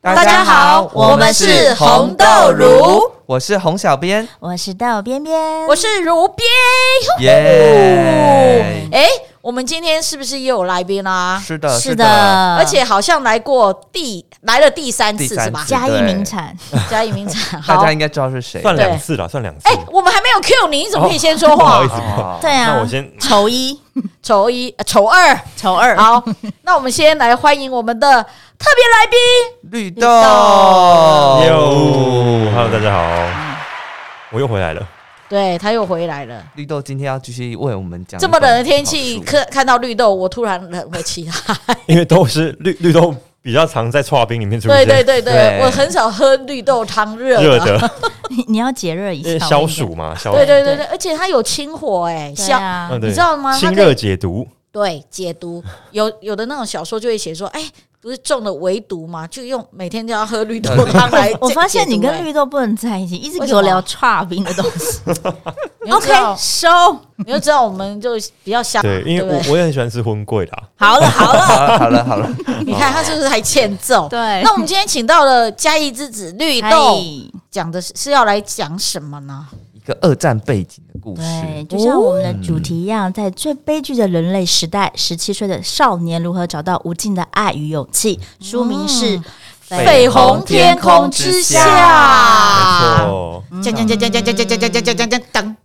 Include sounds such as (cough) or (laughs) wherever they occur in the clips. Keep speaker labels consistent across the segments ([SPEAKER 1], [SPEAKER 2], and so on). [SPEAKER 1] 大家好，我们是红豆乳，
[SPEAKER 2] 我是洪小编，
[SPEAKER 3] 我是豆边边，
[SPEAKER 1] 我是如边。哦
[SPEAKER 2] 耶！
[SPEAKER 1] 哎，我们今天是不是也有来宾啦？
[SPEAKER 2] 是的，
[SPEAKER 3] 是，的，
[SPEAKER 1] 而且好像来过第来了第三
[SPEAKER 2] 第
[SPEAKER 1] 次
[SPEAKER 2] 三
[SPEAKER 1] 是吧
[SPEAKER 2] 次？
[SPEAKER 3] 嘉义名产，
[SPEAKER 1] 嘉
[SPEAKER 2] (laughs)
[SPEAKER 1] 义名产
[SPEAKER 2] 大
[SPEAKER 1] 好
[SPEAKER 2] 家。应该知道是谁。
[SPEAKER 4] 算
[SPEAKER 1] 对
[SPEAKER 4] 两次了，算两次
[SPEAKER 1] 哎。，我们还没有 Q 你，你怎么可以先说
[SPEAKER 4] 不
[SPEAKER 1] 话
[SPEAKER 4] 好
[SPEAKER 1] 哎
[SPEAKER 4] 意？思，
[SPEAKER 2] 哦
[SPEAKER 3] 对啊，
[SPEAKER 4] 那我先
[SPEAKER 3] 丑一
[SPEAKER 1] 丑一、呃丑二，
[SPEAKER 3] 丑二，
[SPEAKER 1] 好，那我们先来欢迎我们的特别来宾。
[SPEAKER 2] 绿豆
[SPEAKER 1] 哦
[SPEAKER 4] 哟，Hello，大家
[SPEAKER 1] 嗯
[SPEAKER 4] 好，我又回来了。
[SPEAKER 1] 对他又回来了。
[SPEAKER 2] 绿豆今天要继续为我们讲
[SPEAKER 1] 这么冷的天气，
[SPEAKER 2] 好书
[SPEAKER 1] 看看到绿豆，我突然冷回
[SPEAKER 4] (laughs)
[SPEAKER 1] 其他。
[SPEAKER 4] 因为都是绿绿豆比较常在刨冰里面出
[SPEAKER 1] 对
[SPEAKER 4] 现，
[SPEAKER 1] 对对对
[SPEAKER 2] 对，
[SPEAKER 1] 我很少喝绿豆汤热
[SPEAKER 4] 热
[SPEAKER 1] 的。
[SPEAKER 4] 的，哦
[SPEAKER 3] 你 (laughs) 你要解热一
[SPEAKER 4] 因为
[SPEAKER 1] 呃
[SPEAKER 3] 下，
[SPEAKER 4] 消
[SPEAKER 3] 我跟你
[SPEAKER 4] 暑嘛，消暑
[SPEAKER 1] 对对对对，而且它有清火哎，
[SPEAKER 3] 讲，对
[SPEAKER 1] 消
[SPEAKER 3] 啊
[SPEAKER 4] 嗯，对
[SPEAKER 1] 你知道吗它
[SPEAKER 4] 清
[SPEAKER 1] 可以
[SPEAKER 4] 热解毒，
[SPEAKER 1] 对解毒。有有的那种小说就会写说，哎，不是中了围毒嘛，就用每天都要喝绿豆汤
[SPEAKER 4] (laughs)
[SPEAKER 1] 来解。
[SPEAKER 3] 我发现你
[SPEAKER 1] 解
[SPEAKER 3] 跟
[SPEAKER 1] 毒
[SPEAKER 3] 绿豆不能在一起，一直
[SPEAKER 1] 为
[SPEAKER 3] 给
[SPEAKER 1] 什
[SPEAKER 3] 我
[SPEAKER 1] 么
[SPEAKER 3] 聊差冰的东西。
[SPEAKER 1] 哎你就知
[SPEAKER 3] OK，
[SPEAKER 1] 道，
[SPEAKER 3] 收，
[SPEAKER 1] 你就知道我们就比较香。
[SPEAKER 4] 对，因为
[SPEAKER 1] 不对
[SPEAKER 4] 我我也很喜欢吃荤桂啦，
[SPEAKER 3] 好了好了，
[SPEAKER 2] 好了好了好了， (laughs)
[SPEAKER 1] 你看他是不是还欠揍？
[SPEAKER 3] 对
[SPEAKER 1] 那我们今天请到了嘉义之子绿
[SPEAKER 3] 嗨
[SPEAKER 1] 豆，讲的是是要来讲什么呢？
[SPEAKER 2] 一个二战背景的故
[SPEAKER 3] 对，
[SPEAKER 2] 事，
[SPEAKER 3] 就像我们的主题一样，在最悲剧的人类时代，十七岁的少年如何找到无尽的爱与勇气？书名是
[SPEAKER 1] 嗯
[SPEAKER 3] 《
[SPEAKER 2] 绯红天空之下
[SPEAKER 1] 没错
[SPEAKER 4] 哦，
[SPEAKER 1] 讲讲讲讲讲讲讲讲讲讲讲讲讲，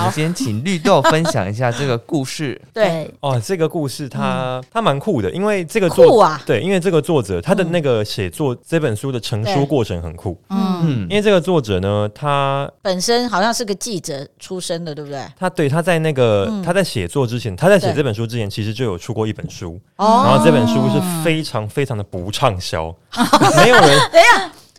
[SPEAKER 2] 我们先请绿豆分享一下这个故事。
[SPEAKER 1] 对，》。
[SPEAKER 4] 哦，这个故事它它蛮酷的，因为这个
[SPEAKER 1] 嗯酷
[SPEAKER 4] 作
[SPEAKER 1] 啊，嗯
[SPEAKER 4] 对，因为这个作者他的那个写作这本书的成
[SPEAKER 1] 对
[SPEAKER 4] 书过程很酷，
[SPEAKER 3] 嗯，
[SPEAKER 2] 嗯
[SPEAKER 4] 因，为这个作者呢，他
[SPEAKER 1] 本身好像是个记者出身的，对不对？
[SPEAKER 4] 他对他在那个、
[SPEAKER 1] 嗯
[SPEAKER 4] 他在写作之前，他在写
[SPEAKER 1] 对
[SPEAKER 4] 这本书之前，其实就有出过一本书，
[SPEAKER 1] 哦
[SPEAKER 4] 然后这本书是非常非常的不畅销，
[SPEAKER 1] (laughs)
[SPEAKER 4] 没有人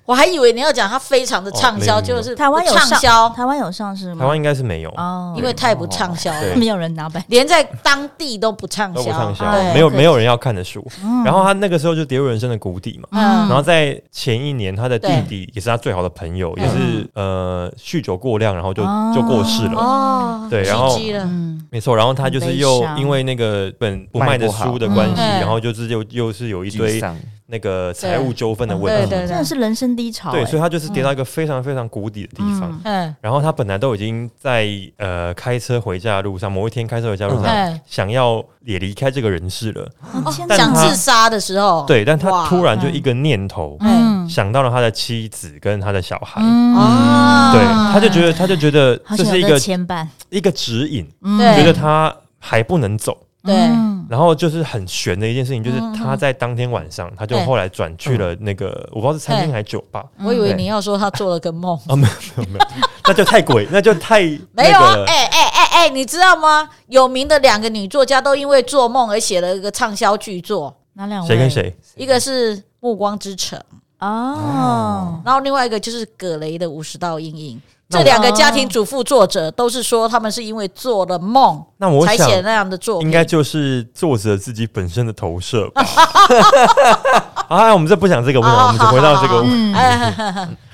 [SPEAKER 1] 我还以为你要讲他非常的畅销，
[SPEAKER 4] 哦没
[SPEAKER 1] 就
[SPEAKER 4] 有没有
[SPEAKER 1] 是
[SPEAKER 3] 台湾有
[SPEAKER 1] 不畅
[SPEAKER 3] 上
[SPEAKER 1] 销，
[SPEAKER 3] 台湾有上市吗？
[SPEAKER 4] 台湾应该是没有，
[SPEAKER 3] 哦，
[SPEAKER 1] 因为太不畅销了，
[SPEAKER 4] 哦对
[SPEAKER 3] 没有人拿版，
[SPEAKER 1] 连在当地都不畅
[SPEAKER 4] 都
[SPEAKER 1] 销，
[SPEAKER 4] 不畅销，
[SPEAKER 1] 对
[SPEAKER 4] 没有
[SPEAKER 1] 哦对
[SPEAKER 4] 没有人要看的书。然后他那个时候就跌入人生的谷底嘛。
[SPEAKER 1] 嗯
[SPEAKER 4] 然后在前一年，他的弟
[SPEAKER 1] 对嗯
[SPEAKER 4] 弟也是他最好的朋友，
[SPEAKER 1] 对
[SPEAKER 4] 也是呃酗酒过量，然后就
[SPEAKER 3] 哦
[SPEAKER 4] 就过世了。
[SPEAKER 1] 哦，
[SPEAKER 4] 对然后
[SPEAKER 1] GG 了，
[SPEAKER 3] 嗯，
[SPEAKER 4] 没错，然后他就是
[SPEAKER 3] 很
[SPEAKER 4] 又
[SPEAKER 3] 悲伤
[SPEAKER 4] 因为那个本不卖的
[SPEAKER 2] 卖不好
[SPEAKER 4] 书的关系，
[SPEAKER 1] 嗯
[SPEAKER 4] 然后就是又又是有一
[SPEAKER 2] 沮
[SPEAKER 4] 堆
[SPEAKER 2] 丧，
[SPEAKER 4] 那个财务纠纷的问
[SPEAKER 1] 对嗯
[SPEAKER 4] 题，
[SPEAKER 1] 对
[SPEAKER 3] 真的
[SPEAKER 1] 对，
[SPEAKER 3] 是人生低潮，
[SPEAKER 4] 对，所以
[SPEAKER 3] 哎
[SPEAKER 4] 他就是跌到一个非常非常谷底的地方。
[SPEAKER 3] 嗯
[SPEAKER 1] 嗯
[SPEAKER 4] 然后他本来都已经在呃开车回家的路上，某一天开车回家的路上，
[SPEAKER 1] 嗯，
[SPEAKER 4] 想要也离开这个人世了。
[SPEAKER 3] 哦天
[SPEAKER 4] 但
[SPEAKER 1] 想
[SPEAKER 3] 哪
[SPEAKER 4] 他
[SPEAKER 1] 自杀的时候，
[SPEAKER 4] 对，但
[SPEAKER 1] 哇
[SPEAKER 4] 他突然就一个念头，
[SPEAKER 1] 嗯
[SPEAKER 3] 嗯
[SPEAKER 4] 想到了他的妻子跟他的小孩。
[SPEAKER 3] 嗯，
[SPEAKER 1] 啊，
[SPEAKER 4] 对，他就觉得，他就觉得
[SPEAKER 3] 好
[SPEAKER 4] 这
[SPEAKER 3] 像
[SPEAKER 4] 是一
[SPEAKER 3] 有
[SPEAKER 4] 个
[SPEAKER 3] 个牵绊，
[SPEAKER 4] 一个指引，
[SPEAKER 3] 嗯
[SPEAKER 1] 对
[SPEAKER 4] 觉得他还不能走。
[SPEAKER 1] 对
[SPEAKER 3] 嗯
[SPEAKER 4] 然后就是很悬的一件事情，就是
[SPEAKER 1] 嗯嗯嗯
[SPEAKER 4] 他在当天晚上，他就
[SPEAKER 1] 对
[SPEAKER 4] 后来转去了那个我不知道是餐厅还是酒吧，
[SPEAKER 1] 我以为你要说他做了个梦。
[SPEAKER 4] 啊，没有没有没有，那就太鬼，那就太
[SPEAKER 1] 没有
[SPEAKER 4] 那
[SPEAKER 1] 啊
[SPEAKER 4] 个，了
[SPEAKER 1] 哎哎哎哎，你知道吗？有名的两个女作家都因为做梦而写了一个畅销巨作，
[SPEAKER 3] 哪两位？
[SPEAKER 4] 谁跟？谁？
[SPEAKER 1] 一个是《暮光之城》，
[SPEAKER 3] 哦，
[SPEAKER 1] 然后另外一个就是葛雷的《五十道阴影》。这
[SPEAKER 4] 那我
[SPEAKER 1] 两个家庭主妇作者都是说，他们是因为做了梦
[SPEAKER 4] 那我
[SPEAKER 1] 才
[SPEAKER 4] 想
[SPEAKER 1] 写那样的作
[SPEAKER 4] 应
[SPEAKER 1] 品。
[SPEAKER 4] 该就是作者自己本身的投射吧。啊，我们这不讲这个，不讲，我们只回到这个。
[SPEAKER 3] 嗯，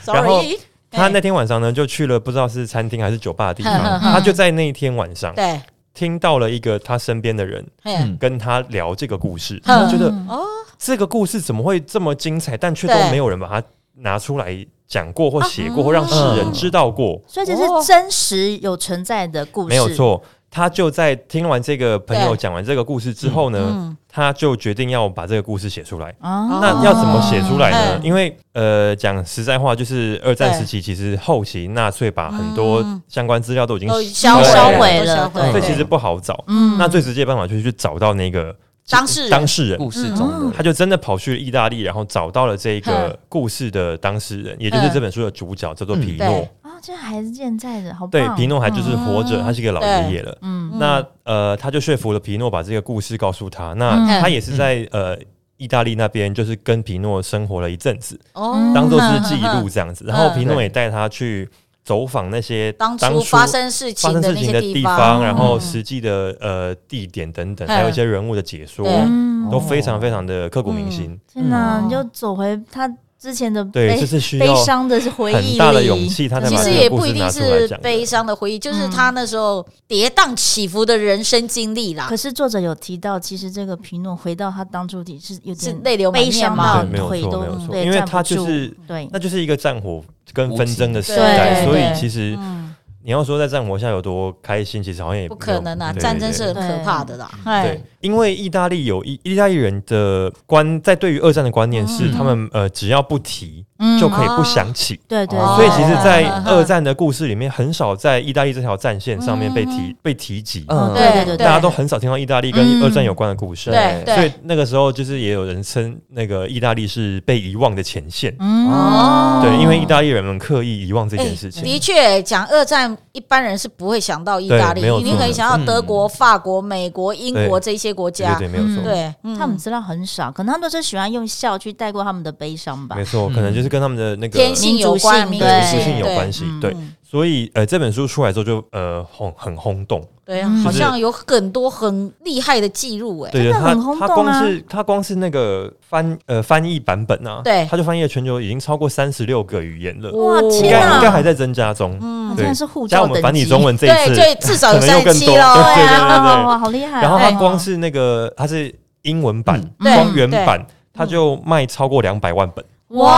[SPEAKER 4] 然后
[SPEAKER 1] Sorry，
[SPEAKER 4] 他那天晚上呢，就去了不知道是餐厅还是酒吧的地
[SPEAKER 1] 哼哼
[SPEAKER 4] 方，
[SPEAKER 1] 哼
[SPEAKER 4] 他就在那一天晚上
[SPEAKER 1] 对，
[SPEAKER 4] 听到了一个他身边的人
[SPEAKER 1] 嗯，
[SPEAKER 4] 跟他聊这个故事，
[SPEAKER 1] 嗯
[SPEAKER 4] 他觉得
[SPEAKER 1] 哦
[SPEAKER 4] 这个故事怎么会这么精彩，但却都
[SPEAKER 1] 对
[SPEAKER 4] 没有人把它拿出来讲过或写过，或让世人知道过。
[SPEAKER 3] 所以这
[SPEAKER 1] 哦
[SPEAKER 3] 是真实有存在的故事，
[SPEAKER 4] 没有错，他就在听完这个朋友
[SPEAKER 1] 对
[SPEAKER 4] 讲完这个故事之后呢，
[SPEAKER 1] 嗯，
[SPEAKER 4] 他就决定要把这个故事写出来。
[SPEAKER 3] 哦。
[SPEAKER 4] 那要怎么写出来呢？
[SPEAKER 1] 嗯
[SPEAKER 4] 因为呃，讲实在话，就是二战
[SPEAKER 1] 对
[SPEAKER 4] 时期，其实后期纳粹把很多
[SPEAKER 1] 嗯
[SPEAKER 4] 相关资料都已经
[SPEAKER 1] 都销
[SPEAKER 4] 销
[SPEAKER 3] 销
[SPEAKER 4] 毁
[SPEAKER 3] 毁
[SPEAKER 1] 了，都销毁
[SPEAKER 3] 了
[SPEAKER 4] 了，
[SPEAKER 1] 了
[SPEAKER 3] 对
[SPEAKER 4] 所以其实不好找。
[SPEAKER 3] 嗯
[SPEAKER 4] 那最直接的办法就是去找到那个
[SPEAKER 1] 当事人
[SPEAKER 4] 当事人。
[SPEAKER 2] 故事中
[SPEAKER 1] 哦
[SPEAKER 2] 的
[SPEAKER 4] 他就真的跑去意大利，然后找到了这
[SPEAKER 1] 嗯
[SPEAKER 4] 个故事的当事人，也就是
[SPEAKER 1] 嗯
[SPEAKER 4] 这本书的主角，叫做
[SPEAKER 2] 嗯
[SPEAKER 4] 皮
[SPEAKER 1] 对
[SPEAKER 4] 诺。
[SPEAKER 3] 啊，这还是健在的，好棒。
[SPEAKER 4] 对，皮诺还就是活着，
[SPEAKER 1] 嗯
[SPEAKER 4] 他是一个老爷爷了。
[SPEAKER 3] 嗯，
[SPEAKER 4] 那呃，他就说服了皮诺把这个故事告诉他。那
[SPEAKER 1] 嗯
[SPEAKER 4] 他也是在呃意大利那边，就是跟皮诺生活了一阵子，
[SPEAKER 1] 哦
[SPEAKER 4] 当做是记录这样子。然后皮诺
[SPEAKER 2] 对
[SPEAKER 4] 也带他去走访那些
[SPEAKER 1] 嗯当初发生事
[SPEAKER 4] 发
[SPEAKER 1] 情
[SPEAKER 4] 生
[SPEAKER 1] 的
[SPEAKER 4] 事
[SPEAKER 1] 那
[SPEAKER 4] 情
[SPEAKER 1] 些
[SPEAKER 4] 的
[SPEAKER 1] 地
[SPEAKER 4] 地
[SPEAKER 1] 方，
[SPEAKER 4] 方，然后实际的呃地点等等，
[SPEAKER 1] 嗯
[SPEAKER 4] 还有一些人物的解说，
[SPEAKER 1] 对
[SPEAKER 3] 嗯，
[SPEAKER 4] 都非常非常的刻骨铭心。
[SPEAKER 3] 天哪，
[SPEAKER 1] 嗯
[SPEAKER 3] 你就走回他之前的
[SPEAKER 4] 对，
[SPEAKER 3] 悲
[SPEAKER 4] 这是需要
[SPEAKER 3] 悲伤的回忆
[SPEAKER 4] 很
[SPEAKER 3] 里，
[SPEAKER 4] 大的勇气，他才
[SPEAKER 1] 其
[SPEAKER 4] 把
[SPEAKER 1] 实
[SPEAKER 4] 这
[SPEAKER 1] 也
[SPEAKER 4] 个故
[SPEAKER 1] 不
[SPEAKER 4] 事
[SPEAKER 1] 一
[SPEAKER 4] 拿
[SPEAKER 1] 定
[SPEAKER 4] 出来
[SPEAKER 1] 是
[SPEAKER 4] 讲的。
[SPEAKER 1] 悲伤的回忆，就是
[SPEAKER 3] 嗯
[SPEAKER 1] 他那时候跌宕起伏的人生经历啦
[SPEAKER 3] 可，是作者有提到，其实这个皮诺回到他当初底是有
[SPEAKER 1] 是
[SPEAKER 3] 点
[SPEAKER 1] 泪流满
[SPEAKER 3] 悲
[SPEAKER 1] 面
[SPEAKER 3] 伤
[SPEAKER 1] 嘛
[SPEAKER 3] 到
[SPEAKER 4] 对没有
[SPEAKER 3] 腿
[SPEAKER 4] 错
[SPEAKER 3] 都
[SPEAKER 4] 没有错
[SPEAKER 3] 对
[SPEAKER 4] 因为
[SPEAKER 3] 站不
[SPEAKER 4] 他就是
[SPEAKER 3] 住对
[SPEAKER 4] 那就是一个战火跟
[SPEAKER 2] 无
[SPEAKER 4] 纷
[SPEAKER 2] 情
[SPEAKER 4] 争的
[SPEAKER 1] 对
[SPEAKER 4] 时代，
[SPEAKER 1] 对
[SPEAKER 4] 所以
[SPEAKER 1] 对
[SPEAKER 4] 其实
[SPEAKER 1] 嗯，
[SPEAKER 4] 你要说在战火下有多开心，其实好像也
[SPEAKER 1] 不
[SPEAKER 4] 没有
[SPEAKER 1] 可能啊，
[SPEAKER 4] 对
[SPEAKER 1] 战争
[SPEAKER 4] 对
[SPEAKER 1] 是很可怕的啦，
[SPEAKER 4] 对，因为意大利有意意大利人的观，在对于二战的观念是，
[SPEAKER 2] 嗯
[SPEAKER 4] 他们呃只要不提
[SPEAKER 3] 嗯
[SPEAKER 4] 就可以不想起，
[SPEAKER 3] 对对，
[SPEAKER 2] 哦
[SPEAKER 4] 所以其实，在
[SPEAKER 1] 哦
[SPEAKER 4] 二战的故事里面，很少在意大利这条战线上面被提被提及，
[SPEAKER 2] 嗯
[SPEAKER 1] 哦
[SPEAKER 3] 对对对
[SPEAKER 4] 大家都很少听到意大利跟二战有关的故事。
[SPEAKER 1] 对
[SPEAKER 4] 啊所以
[SPEAKER 1] 对，
[SPEAKER 4] 那个时候就是也有人称那个意大利是被遗忘的前线，
[SPEAKER 3] 嗯
[SPEAKER 1] 哦
[SPEAKER 4] 对，因为意大利人们刻意遗忘这
[SPEAKER 3] 哎
[SPEAKER 4] 件事情。
[SPEAKER 1] 哎的确，讲二战一般人是不会想到意大利，
[SPEAKER 4] 对没有
[SPEAKER 1] 你
[SPEAKER 4] 错嗯
[SPEAKER 1] 可以想到德国、法国、美国、英国
[SPEAKER 4] 对
[SPEAKER 1] 这些国
[SPEAKER 4] 对对
[SPEAKER 3] 啊
[SPEAKER 1] 家，
[SPEAKER 4] 对，没有错。
[SPEAKER 1] 对，
[SPEAKER 3] 他
[SPEAKER 1] 嗯，
[SPEAKER 3] 们资料很少，可能他们都是喜欢用笑去带过他们的悲伤吧
[SPEAKER 4] 没。错，可能就是跟他们的那个
[SPEAKER 1] 天性有关，民
[SPEAKER 3] 民族
[SPEAKER 1] 族
[SPEAKER 4] 民
[SPEAKER 3] 性
[SPEAKER 4] 族性有
[SPEAKER 1] 对
[SPEAKER 4] 关系。
[SPEAKER 3] 嗯
[SPEAKER 4] 对，所以呃，这本书出来之后就呃轰很轰动。
[SPEAKER 1] 对，啊
[SPEAKER 3] 嗯
[SPEAKER 1] 好
[SPEAKER 4] 就是
[SPEAKER 1] 像有很多很厉害的记录，哎，
[SPEAKER 4] 对，
[SPEAKER 3] 真的
[SPEAKER 4] 他
[SPEAKER 3] 很轰
[SPEAKER 4] 他
[SPEAKER 3] 动啊
[SPEAKER 4] 光是他光是那个翻呃翻译版本啊，
[SPEAKER 1] 对
[SPEAKER 4] 他就翻译了全球已经超过三十六个语言了，
[SPEAKER 3] 哇
[SPEAKER 4] 哦应
[SPEAKER 3] 天啊
[SPEAKER 4] 该
[SPEAKER 3] 哪
[SPEAKER 4] 应该还在增加中。
[SPEAKER 3] 那
[SPEAKER 1] 嗯，
[SPEAKER 3] 真的
[SPEAKER 4] 对
[SPEAKER 3] 是护
[SPEAKER 4] 加
[SPEAKER 3] 照
[SPEAKER 4] 我
[SPEAKER 3] 等级
[SPEAKER 4] 们繁体中文这一
[SPEAKER 1] 对
[SPEAKER 4] 次，
[SPEAKER 1] 对，至少有
[SPEAKER 4] 可能又
[SPEAKER 1] 三
[SPEAKER 4] 更
[SPEAKER 1] 期
[SPEAKER 4] 多
[SPEAKER 1] 喽，
[SPEAKER 4] 对对对对
[SPEAKER 3] 啊哇，好厉害！
[SPEAKER 4] 然后他
[SPEAKER 3] 哎嗯
[SPEAKER 4] 光是那个它是英文版，
[SPEAKER 1] 对
[SPEAKER 4] 光原版它就卖超过两百万本，
[SPEAKER 3] 哇，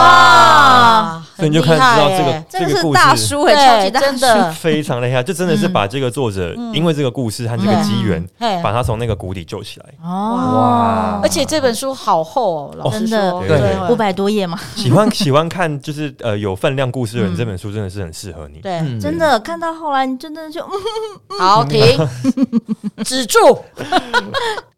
[SPEAKER 1] 哇，
[SPEAKER 4] 所以你就
[SPEAKER 1] 很
[SPEAKER 4] 看
[SPEAKER 1] 厉
[SPEAKER 4] 得
[SPEAKER 1] 害
[SPEAKER 4] 到这
[SPEAKER 1] 耶
[SPEAKER 4] 个
[SPEAKER 3] 真
[SPEAKER 4] 这
[SPEAKER 3] 的
[SPEAKER 4] 个
[SPEAKER 3] 是
[SPEAKER 4] 故
[SPEAKER 3] 大
[SPEAKER 4] 事
[SPEAKER 3] 叔哎，超
[SPEAKER 1] 对，
[SPEAKER 3] 级大
[SPEAKER 1] 真
[SPEAKER 3] 叔，
[SPEAKER 1] 的，
[SPEAKER 4] 非常厉害，就真的
[SPEAKER 1] 嗯
[SPEAKER 4] 是把这个作者因为这个故事和这个机缘，
[SPEAKER 1] 嘿
[SPEAKER 4] 把他从那个谷底救起来。
[SPEAKER 3] 哦
[SPEAKER 2] 哇，
[SPEAKER 1] 而且这本书好厚哦，老
[SPEAKER 3] 真
[SPEAKER 1] 实
[SPEAKER 3] 的
[SPEAKER 1] 说，
[SPEAKER 4] 对
[SPEAKER 3] 五百多页嘛，
[SPEAKER 4] 喜欢喜欢看就是呃有分量故事的
[SPEAKER 3] 嗯
[SPEAKER 4] 人，这本书真的是很适合你。
[SPEAKER 1] 对，
[SPEAKER 2] 嗯
[SPEAKER 3] 真的看到后来，你真的就嗯
[SPEAKER 1] 好，停，(laughs)
[SPEAKER 4] 嗯
[SPEAKER 1] 止住。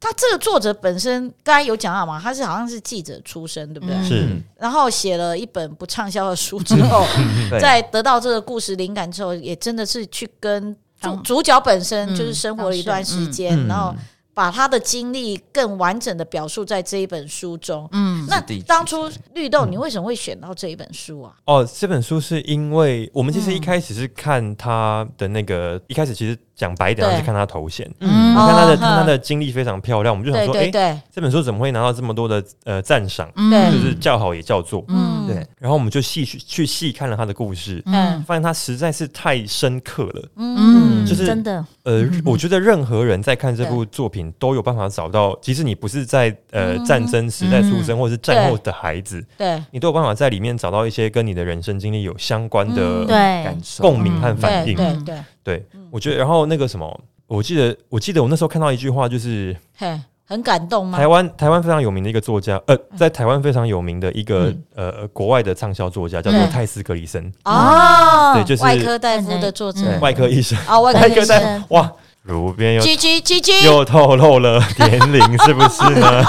[SPEAKER 1] 他这个作者本身刚才有讲到嘛，他是好像是记者出身，对不对？
[SPEAKER 3] 嗯
[SPEAKER 4] 是
[SPEAKER 2] 嗯
[SPEAKER 1] 然后写了一本不畅销的书之后，
[SPEAKER 2] 对
[SPEAKER 1] 在得到这个故事灵感之后，也真的是去跟主
[SPEAKER 3] 当
[SPEAKER 1] 主角本身
[SPEAKER 3] 嗯
[SPEAKER 1] 就是生活了一段时间，
[SPEAKER 2] 嗯
[SPEAKER 1] 然后把他的经历更完整的表述在这一本书中。
[SPEAKER 3] 嗯
[SPEAKER 1] 那
[SPEAKER 2] 是第几
[SPEAKER 1] 当初绿
[SPEAKER 4] 嗯
[SPEAKER 1] 豆，你为什么会选到这一本书啊？
[SPEAKER 4] 哦，这本书是因为我们其实一开始是看他的那个，一开始其实讲白一点，
[SPEAKER 1] 嗯对
[SPEAKER 4] 他是看他头衔，
[SPEAKER 2] 嗯
[SPEAKER 4] 我
[SPEAKER 1] 哦
[SPEAKER 4] 看他的
[SPEAKER 1] 哼
[SPEAKER 4] 看他的经历非常漂亮，我们就想
[SPEAKER 1] 对
[SPEAKER 4] 说，
[SPEAKER 1] 对嗯
[SPEAKER 4] 哎，
[SPEAKER 1] 对，
[SPEAKER 4] 这本书怎么会拿到这么多的呃赞赏？
[SPEAKER 1] 对
[SPEAKER 4] 就是叫好也叫座，
[SPEAKER 3] 嗯
[SPEAKER 2] 对，
[SPEAKER 4] 然后我们就细去去细看了他的故事，
[SPEAKER 1] 嗯
[SPEAKER 4] 发现他实在是太深刻了。
[SPEAKER 3] 嗯，
[SPEAKER 4] 就是
[SPEAKER 3] 真的，
[SPEAKER 4] 呃，
[SPEAKER 1] 嗯
[SPEAKER 4] 我觉得任何人在看这部作品都有办法找到，即使你不是在呃
[SPEAKER 1] 嗯
[SPEAKER 4] 战争时代出生，或者是战后的孩子，
[SPEAKER 1] 对
[SPEAKER 4] 你都有办法在里面找到一些跟你的人生经历有相关
[SPEAKER 1] 嗯
[SPEAKER 4] 的
[SPEAKER 3] 对
[SPEAKER 2] 感，受
[SPEAKER 4] 共鸣和反
[SPEAKER 1] 对
[SPEAKER 4] 应。
[SPEAKER 1] 对对，嗯
[SPEAKER 4] 对，我觉得，然后那个什么，我记得，我记得我那时候看到一句话，就是
[SPEAKER 1] 嘿，很感动吗
[SPEAKER 4] 台？湾台湾非常有名的一个作家，呃，
[SPEAKER 1] 嗯
[SPEAKER 4] 在台湾非常有名的一个
[SPEAKER 2] 嗯
[SPEAKER 4] 呃呃国外的畅销作家，叫做
[SPEAKER 1] 嗯
[SPEAKER 4] 泰斯·格里森，
[SPEAKER 1] 哦，
[SPEAKER 4] 嗯对就是
[SPEAKER 1] 外科大夫的作者
[SPEAKER 2] 对
[SPEAKER 4] 外科医生。
[SPEAKER 1] 啊，外科
[SPEAKER 4] 外 (laughs)
[SPEAKER 1] 医
[SPEAKER 4] 科大
[SPEAKER 1] 生
[SPEAKER 3] 生
[SPEAKER 4] 夫哇，鲁边又
[SPEAKER 1] G G G G，
[SPEAKER 4] 又透露了 (laughs) 年龄，是不是呢？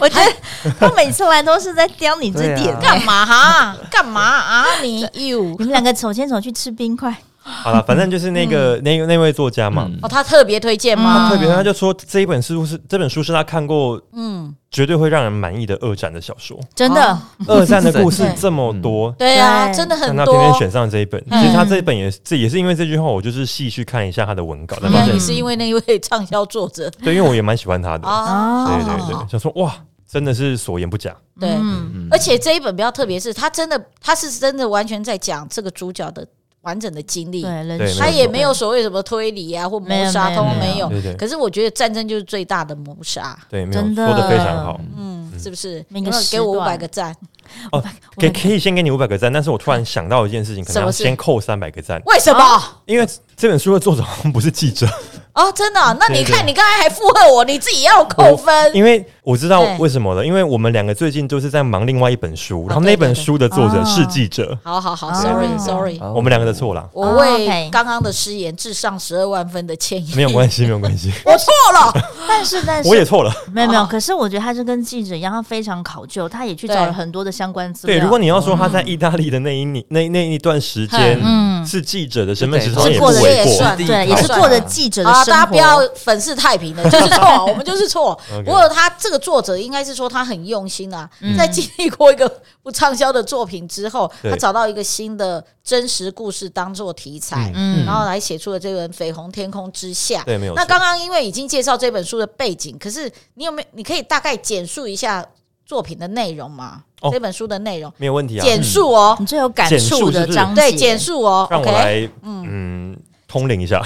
[SPEAKER 3] 我觉得他每次来都是在刁你这
[SPEAKER 2] 对
[SPEAKER 3] 点
[SPEAKER 2] 啊。
[SPEAKER 1] 干嘛哈？干嘛啊？你 you
[SPEAKER 3] 你们两个手牵手去吃冰块，
[SPEAKER 4] 好了，反正就是那个、
[SPEAKER 1] 嗯
[SPEAKER 4] 那那位作家嘛，
[SPEAKER 2] 嗯
[SPEAKER 1] 哦，他特别推荐
[SPEAKER 3] 嗯
[SPEAKER 1] 吗？
[SPEAKER 4] 特别他就说这一本书是这本书是他看过
[SPEAKER 1] 嗯，
[SPEAKER 4] 绝对会让人满意的二战的小说。
[SPEAKER 3] 真的
[SPEAKER 1] 哦，
[SPEAKER 4] 二战的故事
[SPEAKER 1] 对
[SPEAKER 4] 这么多。
[SPEAKER 1] 对啊，
[SPEAKER 3] 对
[SPEAKER 1] 真的很
[SPEAKER 4] 但他
[SPEAKER 1] 多
[SPEAKER 4] 偏。偏选上这一本，
[SPEAKER 1] 嗯
[SPEAKER 4] 其实他这一本也是这也是因为这句话，我就是细去看一下他的文稿，才
[SPEAKER 1] 应
[SPEAKER 4] 发
[SPEAKER 1] 该
[SPEAKER 4] 现
[SPEAKER 1] 啊也，是因为那一位畅销作
[SPEAKER 3] (laughs)
[SPEAKER 1] 者
[SPEAKER 4] 对，因为我也蛮喜欢他的，
[SPEAKER 1] 啊，
[SPEAKER 3] 哦
[SPEAKER 4] 对
[SPEAKER 1] 好好
[SPEAKER 4] 对
[SPEAKER 1] 好
[SPEAKER 4] 对，想说哇，真的是所言不假，
[SPEAKER 1] 对
[SPEAKER 3] 嗯
[SPEAKER 2] 嗯
[SPEAKER 1] 而且这一本比较特别，是他真的，他是真的完全在讲这个主角的完整的经历
[SPEAKER 3] 对，，人
[SPEAKER 4] 对
[SPEAKER 3] 生
[SPEAKER 1] 他也没有所谓什么推理啊或
[SPEAKER 3] 没
[SPEAKER 1] 谋
[SPEAKER 3] 有
[SPEAKER 1] 杀，
[SPEAKER 3] 没
[SPEAKER 1] 通
[SPEAKER 3] 有
[SPEAKER 1] 通
[SPEAKER 2] 没有
[SPEAKER 1] 没有。
[SPEAKER 4] 对对
[SPEAKER 1] 可是我觉得战争就是最大的谋杀，
[SPEAKER 4] 对，没有
[SPEAKER 3] 真的
[SPEAKER 4] 说的非常好，
[SPEAKER 1] 嗯，是不是？
[SPEAKER 3] 每
[SPEAKER 1] 有
[SPEAKER 3] 个
[SPEAKER 1] 没有
[SPEAKER 3] 时
[SPEAKER 1] 给我五百
[SPEAKER 3] 段
[SPEAKER 1] 个赞？
[SPEAKER 3] (laughs)
[SPEAKER 4] 给可以先给你五百个赞，但是我突然想到一件事情，可能
[SPEAKER 1] 什
[SPEAKER 4] 要
[SPEAKER 1] 么事
[SPEAKER 4] 先扣三百个赞，
[SPEAKER 1] 为什么？
[SPEAKER 3] 啊
[SPEAKER 4] 因为这本书的作者好像不是记者，
[SPEAKER 1] 哦，真的啊、那你
[SPEAKER 4] 对对
[SPEAKER 1] 看，你刚才还附和我，你自己要扣分。
[SPEAKER 4] 因为我知道
[SPEAKER 1] 对哦
[SPEAKER 4] 为什么了，因为我们两个最近都是在忙另外一本书，然后
[SPEAKER 1] 对哦
[SPEAKER 4] 那本书的作者是记者，
[SPEAKER 1] 好好好
[SPEAKER 3] 哦
[SPEAKER 1] ，sorry sorry，
[SPEAKER 2] 哦
[SPEAKER 4] 我们两个的错啦，
[SPEAKER 1] 我
[SPEAKER 3] 哦，OK
[SPEAKER 4] (laughs)
[SPEAKER 1] 为刚刚的失言致上十二万分的歉意。
[SPEAKER 4] 没有关系，没有关系。
[SPEAKER 1] (laughs) 我错了，
[SPEAKER 3] 但但是但是
[SPEAKER 4] 我也错了。
[SPEAKER 3] 没有没有，可是我觉得他是跟记者一样，他非常考究，他也去找了
[SPEAKER 1] 对
[SPEAKER 3] 很多的相关资料。
[SPEAKER 4] 对，如果你要说他在意大利的那一年、那那一段时间，
[SPEAKER 3] 嗯
[SPEAKER 4] 是记者的身份，
[SPEAKER 5] 对
[SPEAKER 4] 其实好像
[SPEAKER 1] 是
[SPEAKER 4] 不
[SPEAKER 1] 过得
[SPEAKER 4] 为
[SPEAKER 1] 也
[SPEAKER 4] 过。
[SPEAKER 1] 算
[SPEAKER 3] 对，也是
[SPEAKER 1] 算
[SPEAKER 3] 过着记者的
[SPEAKER 1] 啊，
[SPEAKER 3] 生活。
[SPEAKER 1] 大家不要粉饰太平了，就是
[SPEAKER 3] (laughs)
[SPEAKER 1] 错，我们就是错
[SPEAKER 4] OK。
[SPEAKER 1] 不过他这个作者应该是说他很用心啊，
[SPEAKER 3] 嗯
[SPEAKER 1] 在经历过一个不畅销的作品之后，
[SPEAKER 4] 对
[SPEAKER 1] 他找到一个新的真实故事当做题材，
[SPEAKER 3] 嗯
[SPEAKER 1] 然后来写出了这本《绯红天空之下》。
[SPEAKER 4] 对，没有错。
[SPEAKER 1] 那刚刚因为已经介绍这本书的背景，可是你有没有？你可以大概简述一下作品的内容吗？
[SPEAKER 4] 哦
[SPEAKER 1] 这本书的内容
[SPEAKER 4] 没有问题啊，
[SPEAKER 1] 简述哦，
[SPEAKER 3] 你最有感
[SPEAKER 4] 简
[SPEAKER 3] 触
[SPEAKER 4] 述
[SPEAKER 3] 的
[SPEAKER 4] 是不是
[SPEAKER 3] 章节，
[SPEAKER 1] 对，简述哦。
[SPEAKER 4] 让我
[SPEAKER 1] OK
[SPEAKER 4] 来嗯通灵一下。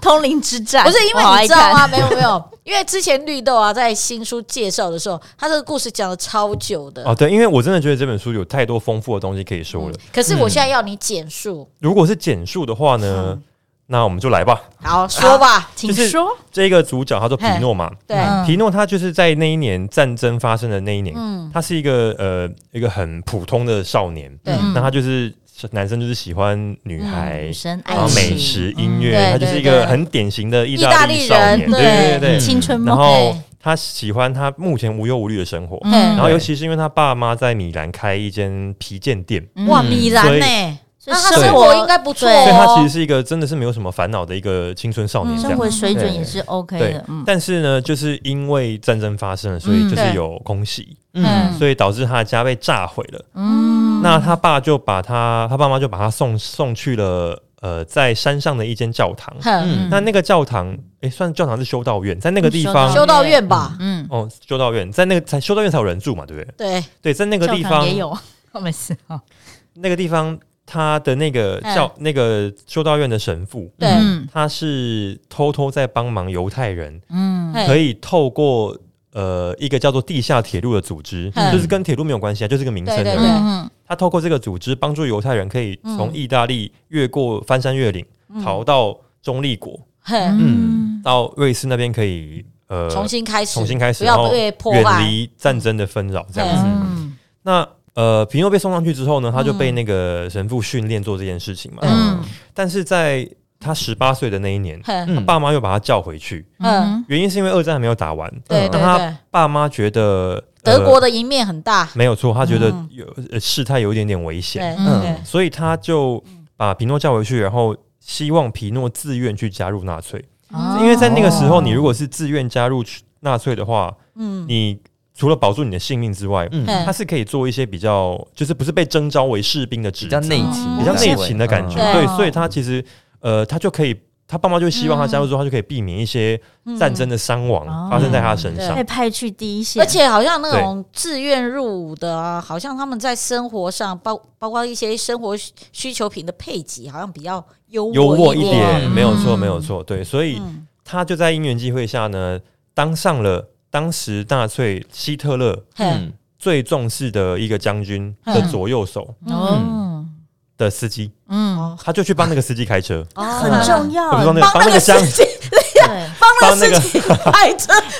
[SPEAKER 3] 通灵之战，
[SPEAKER 1] 不是因为
[SPEAKER 3] 我好爱
[SPEAKER 1] 你知道
[SPEAKER 3] 看？
[SPEAKER 1] 吗？ (laughs) 没有没有，因为之前绿豆啊在新书介绍的时候，他这个故事讲的超久的。
[SPEAKER 4] 哦，对，因为我真的觉得这本书有太多丰富的东西可以说了。
[SPEAKER 1] 可是我现在要你简述，
[SPEAKER 4] 如果是简述的话
[SPEAKER 1] 嗯
[SPEAKER 4] 呢，那我们就来吧。
[SPEAKER 1] 好说吧。
[SPEAKER 3] 请
[SPEAKER 4] 就是
[SPEAKER 3] 说，
[SPEAKER 4] 这个主角他叫皮诺嘛，
[SPEAKER 1] 对，
[SPEAKER 3] 嗯
[SPEAKER 4] 皮诺他就是在那一年战争发生的那一年，
[SPEAKER 1] 嗯
[SPEAKER 4] 他是一个呃一个很普通的少年，嗯
[SPEAKER 1] 对嗯
[SPEAKER 4] 那他就是男生就是喜欢女孩
[SPEAKER 3] 女。生爱
[SPEAKER 4] 然后
[SPEAKER 3] 情
[SPEAKER 4] 美食、音乐，
[SPEAKER 1] 嗯对
[SPEAKER 4] 他就是一
[SPEAKER 1] 对
[SPEAKER 4] 个
[SPEAKER 1] 对
[SPEAKER 4] 很典型的意
[SPEAKER 1] 意大
[SPEAKER 4] 大
[SPEAKER 1] 利
[SPEAKER 4] 利少年，
[SPEAKER 1] 人嗯
[SPEAKER 4] 对对对对。
[SPEAKER 3] 嗯青春梦，
[SPEAKER 4] 然后他喜欢他目前无忧无虑的生活，
[SPEAKER 3] 嗯
[SPEAKER 1] 对
[SPEAKER 4] 然后
[SPEAKER 5] 对
[SPEAKER 4] 尤其是因为他爸妈在米兰开一间皮件店，
[SPEAKER 1] 哇，米兰
[SPEAKER 4] 嗯所以
[SPEAKER 1] 呢、
[SPEAKER 3] 所以
[SPEAKER 1] 那他
[SPEAKER 4] 生
[SPEAKER 1] 生
[SPEAKER 3] 活
[SPEAKER 1] 活应该不错
[SPEAKER 4] 所以他其
[SPEAKER 1] 哦
[SPEAKER 4] 实。是一个真的是没有什么烦恼的一个青春少年
[SPEAKER 1] 嗯
[SPEAKER 4] 这
[SPEAKER 3] 生
[SPEAKER 4] 样。
[SPEAKER 3] 活水准
[SPEAKER 5] 对
[SPEAKER 3] 也是 OK
[SPEAKER 4] 对
[SPEAKER 3] 的，嗯，
[SPEAKER 4] 但是呢，就是因为战争发生了，所以
[SPEAKER 3] 嗯
[SPEAKER 4] 就是
[SPEAKER 1] 对
[SPEAKER 4] 有空袭，
[SPEAKER 1] 嗯
[SPEAKER 4] 所以导致他的家被炸毁了。
[SPEAKER 3] 嗯
[SPEAKER 4] 那他爸就把他，他爸妈就把他送送去了呃，在山上的一间教堂。
[SPEAKER 1] 哼，
[SPEAKER 3] 嗯
[SPEAKER 4] 那那个教堂，诶，算教堂是修道院，在那个地
[SPEAKER 3] 嗯
[SPEAKER 4] 方
[SPEAKER 3] 修
[SPEAKER 1] 修道院吧，
[SPEAKER 3] 嗯，
[SPEAKER 4] 哦，修道院在那个才修道院才有人住嘛，对不对？
[SPEAKER 1] 对，
[SPEAKER 4] 对，在那个
[SPEAKER 3] 教
[SPEAKER 4] 地
[SPEAKER 3] 堂
[SPEAKER 4] 方
[SPEAKER 3] 也有， (laughs) 没事啊，
[SPEAKER 4] 那个地方，他的那个教、那个修道院的神父，
[SPEAKER 1] 对
[SPEAKER 3] 嗯
[SPEAKER 4] 他是偷偷在帮忙犹太人，
[SPEAKER 3] 嗯
[SPEAKER 1] 嘿
[SPEAKER 4] 可以透过呃一个叫做地下铁路的组织，
[SPEAKER 1] 嗯
[SPEAKER 4] 就是跟铁路没有关系啊，就是个名称
[SPEAKER 1] 对
[SPEAKER 4] 的。
[SPEAKER 1] 对
[SPEAKER 3] 嗯
[SPEAKER 4] 他透过这个组织帮助犹太人可以从
[SPEAKER 1] 嗯
[SPEAKER 4] 意大利越过翻山越岭，逃到中立国，
[SPEAKER 1] 哼，
[SPEAKER 3] 嗯
[SPEAKER 4] 到瑞士那边可以呃
[SPEAKER 1] 重新开始，
[SPEAKER 4] 重新开始，
[SPEAKER 1] 不
[SPEAKER 4] 然
[SPEAKER 1] 要
[SPEAKER 4] 后
[SPEAKER 1] 被破
[SPEAKER 4] 远
[SPEAKER 1] 坏。
[SPEAKER 4] 离战争的纷扰这样子。
[SPEAKER 3] 嗯
[SPEAKER 4] 那呃，皮诺被送上去之后呢，他就被
[SPEAKER 1] 嗯
[SPEAKER 4] 那个神父训练做这件事情嘛。
[SPEAKER 3] 嗯
[SPEAKER 4] 但是在他十八岁的那一年，
[SPEAKER 1] 哼，
[SPEAKER 5] 嗯
[SPEAKER 4] 他爸妈又把他叫回去，
[SPEAKER 3] 嗯，
[SPEAKER 4] 原因是因为二战还没有打完，
[SPEAKER 1] 对
[SPEAKER 4] 嗯
[SPEAKER 1] 对对
[SPEAKER 4] 那他，爸妈觉得
[SPEAKER 1] 德国
[SPEAKER 4] 呃
[SPEAKER 1] 的赢面很大。
[SPEAKER 4] 没有错，他觉得
[SPEAKER 1] 嗯
[SPEAKER 4] 有、呃事态有一点点危
[SPEAKER 1] 对
[SPEAKER 4] 险，
[SPEAKER 3] 嗯
[SPEAKER 1] 对，
[SPEAKER 4] 所以他就把皮诺叫回去，然后希望皮诺自愿去加入纳粹，
[SPEAKER 3] 哦
[SPEAKER 4] 因为在那个时候，你如果是自愿加入纳粹的话，
[SPEAKER 1] 嗯，
[SPEAKER 4] 你除了保住你的性命之外，
[SPEAKER 5] 嗯
[SPEAKER 1] 嗯
[SPEAKER 4] 他是可以做一些比较，就是不是被征召为士兵的职
[SPEAKER 5] 比较
[SPEAKER 4] 责
[SPEAKER 5] 内勤，
[SPEAKER 4] 比较内勤的感觉，
[SPEAKER 1] 嗯
[SPEAKER 4] 对
[SPEAKER 1] 哦对，
[SPEAKER 4] 所以他其实呃，他就可以，他爸妈就会希望他加入之后，他就可以避免一些战争的伤
[SPEAKER 3] 嗯
[SPEAKER 4] 亡发生在他的身上
[SPEAKER 3] 被。派去第一线，
[SPEAKER 1] 而且好像那种自愿入伍的啊，好像他们在生活上包包括一些生活需需求品的配给，好像比较优
[SPEAKER 4] 幽默
[SPEAKER 1] 一
[SPEAKER 4] 一点，
[SPEAKER 5] 嗯
[SPEAKER 4] 没有错，没有错，对，所以
[SPEAKER 1] 嗯
[SPEAKER 4] 他就在因缘际会下呢，当上了当时纳粹希特勒
[SPEAKER 2] 嗯
[SPEAKER 1] 嘿，
[SPEAKER 4] 最重视的一个将军的左右手
[SPEAKER 3] 哦，
[SPEAKER 4] 的司机，
[SPEAKER 3] 嗯，
[SPEAKER 4] 他就去帮那个司机
[SPEAKER 1] (laughs)
[SPEAKER 4] 开车，
[SPEAKER 3] 很
[SPEAKER 1] 很
[SPEAKER 3] 重要，
[SPEAKER 4] 不是帮那个
[SPEAKER 1] 哦帮那
[SPEAKER 4] 帮那
[SPEAKER 1] 个
[SPEAKER 4] 个将
[SPEAKER 1] 司
[SPEAKER 4] (laughs)
[SPEAKER 1] 机
[SPEAKER 3] 对，
[SPEAKER 4] 帮那个
[SPEAKER 1] 开车，
[SPEAKER 4] (laughs)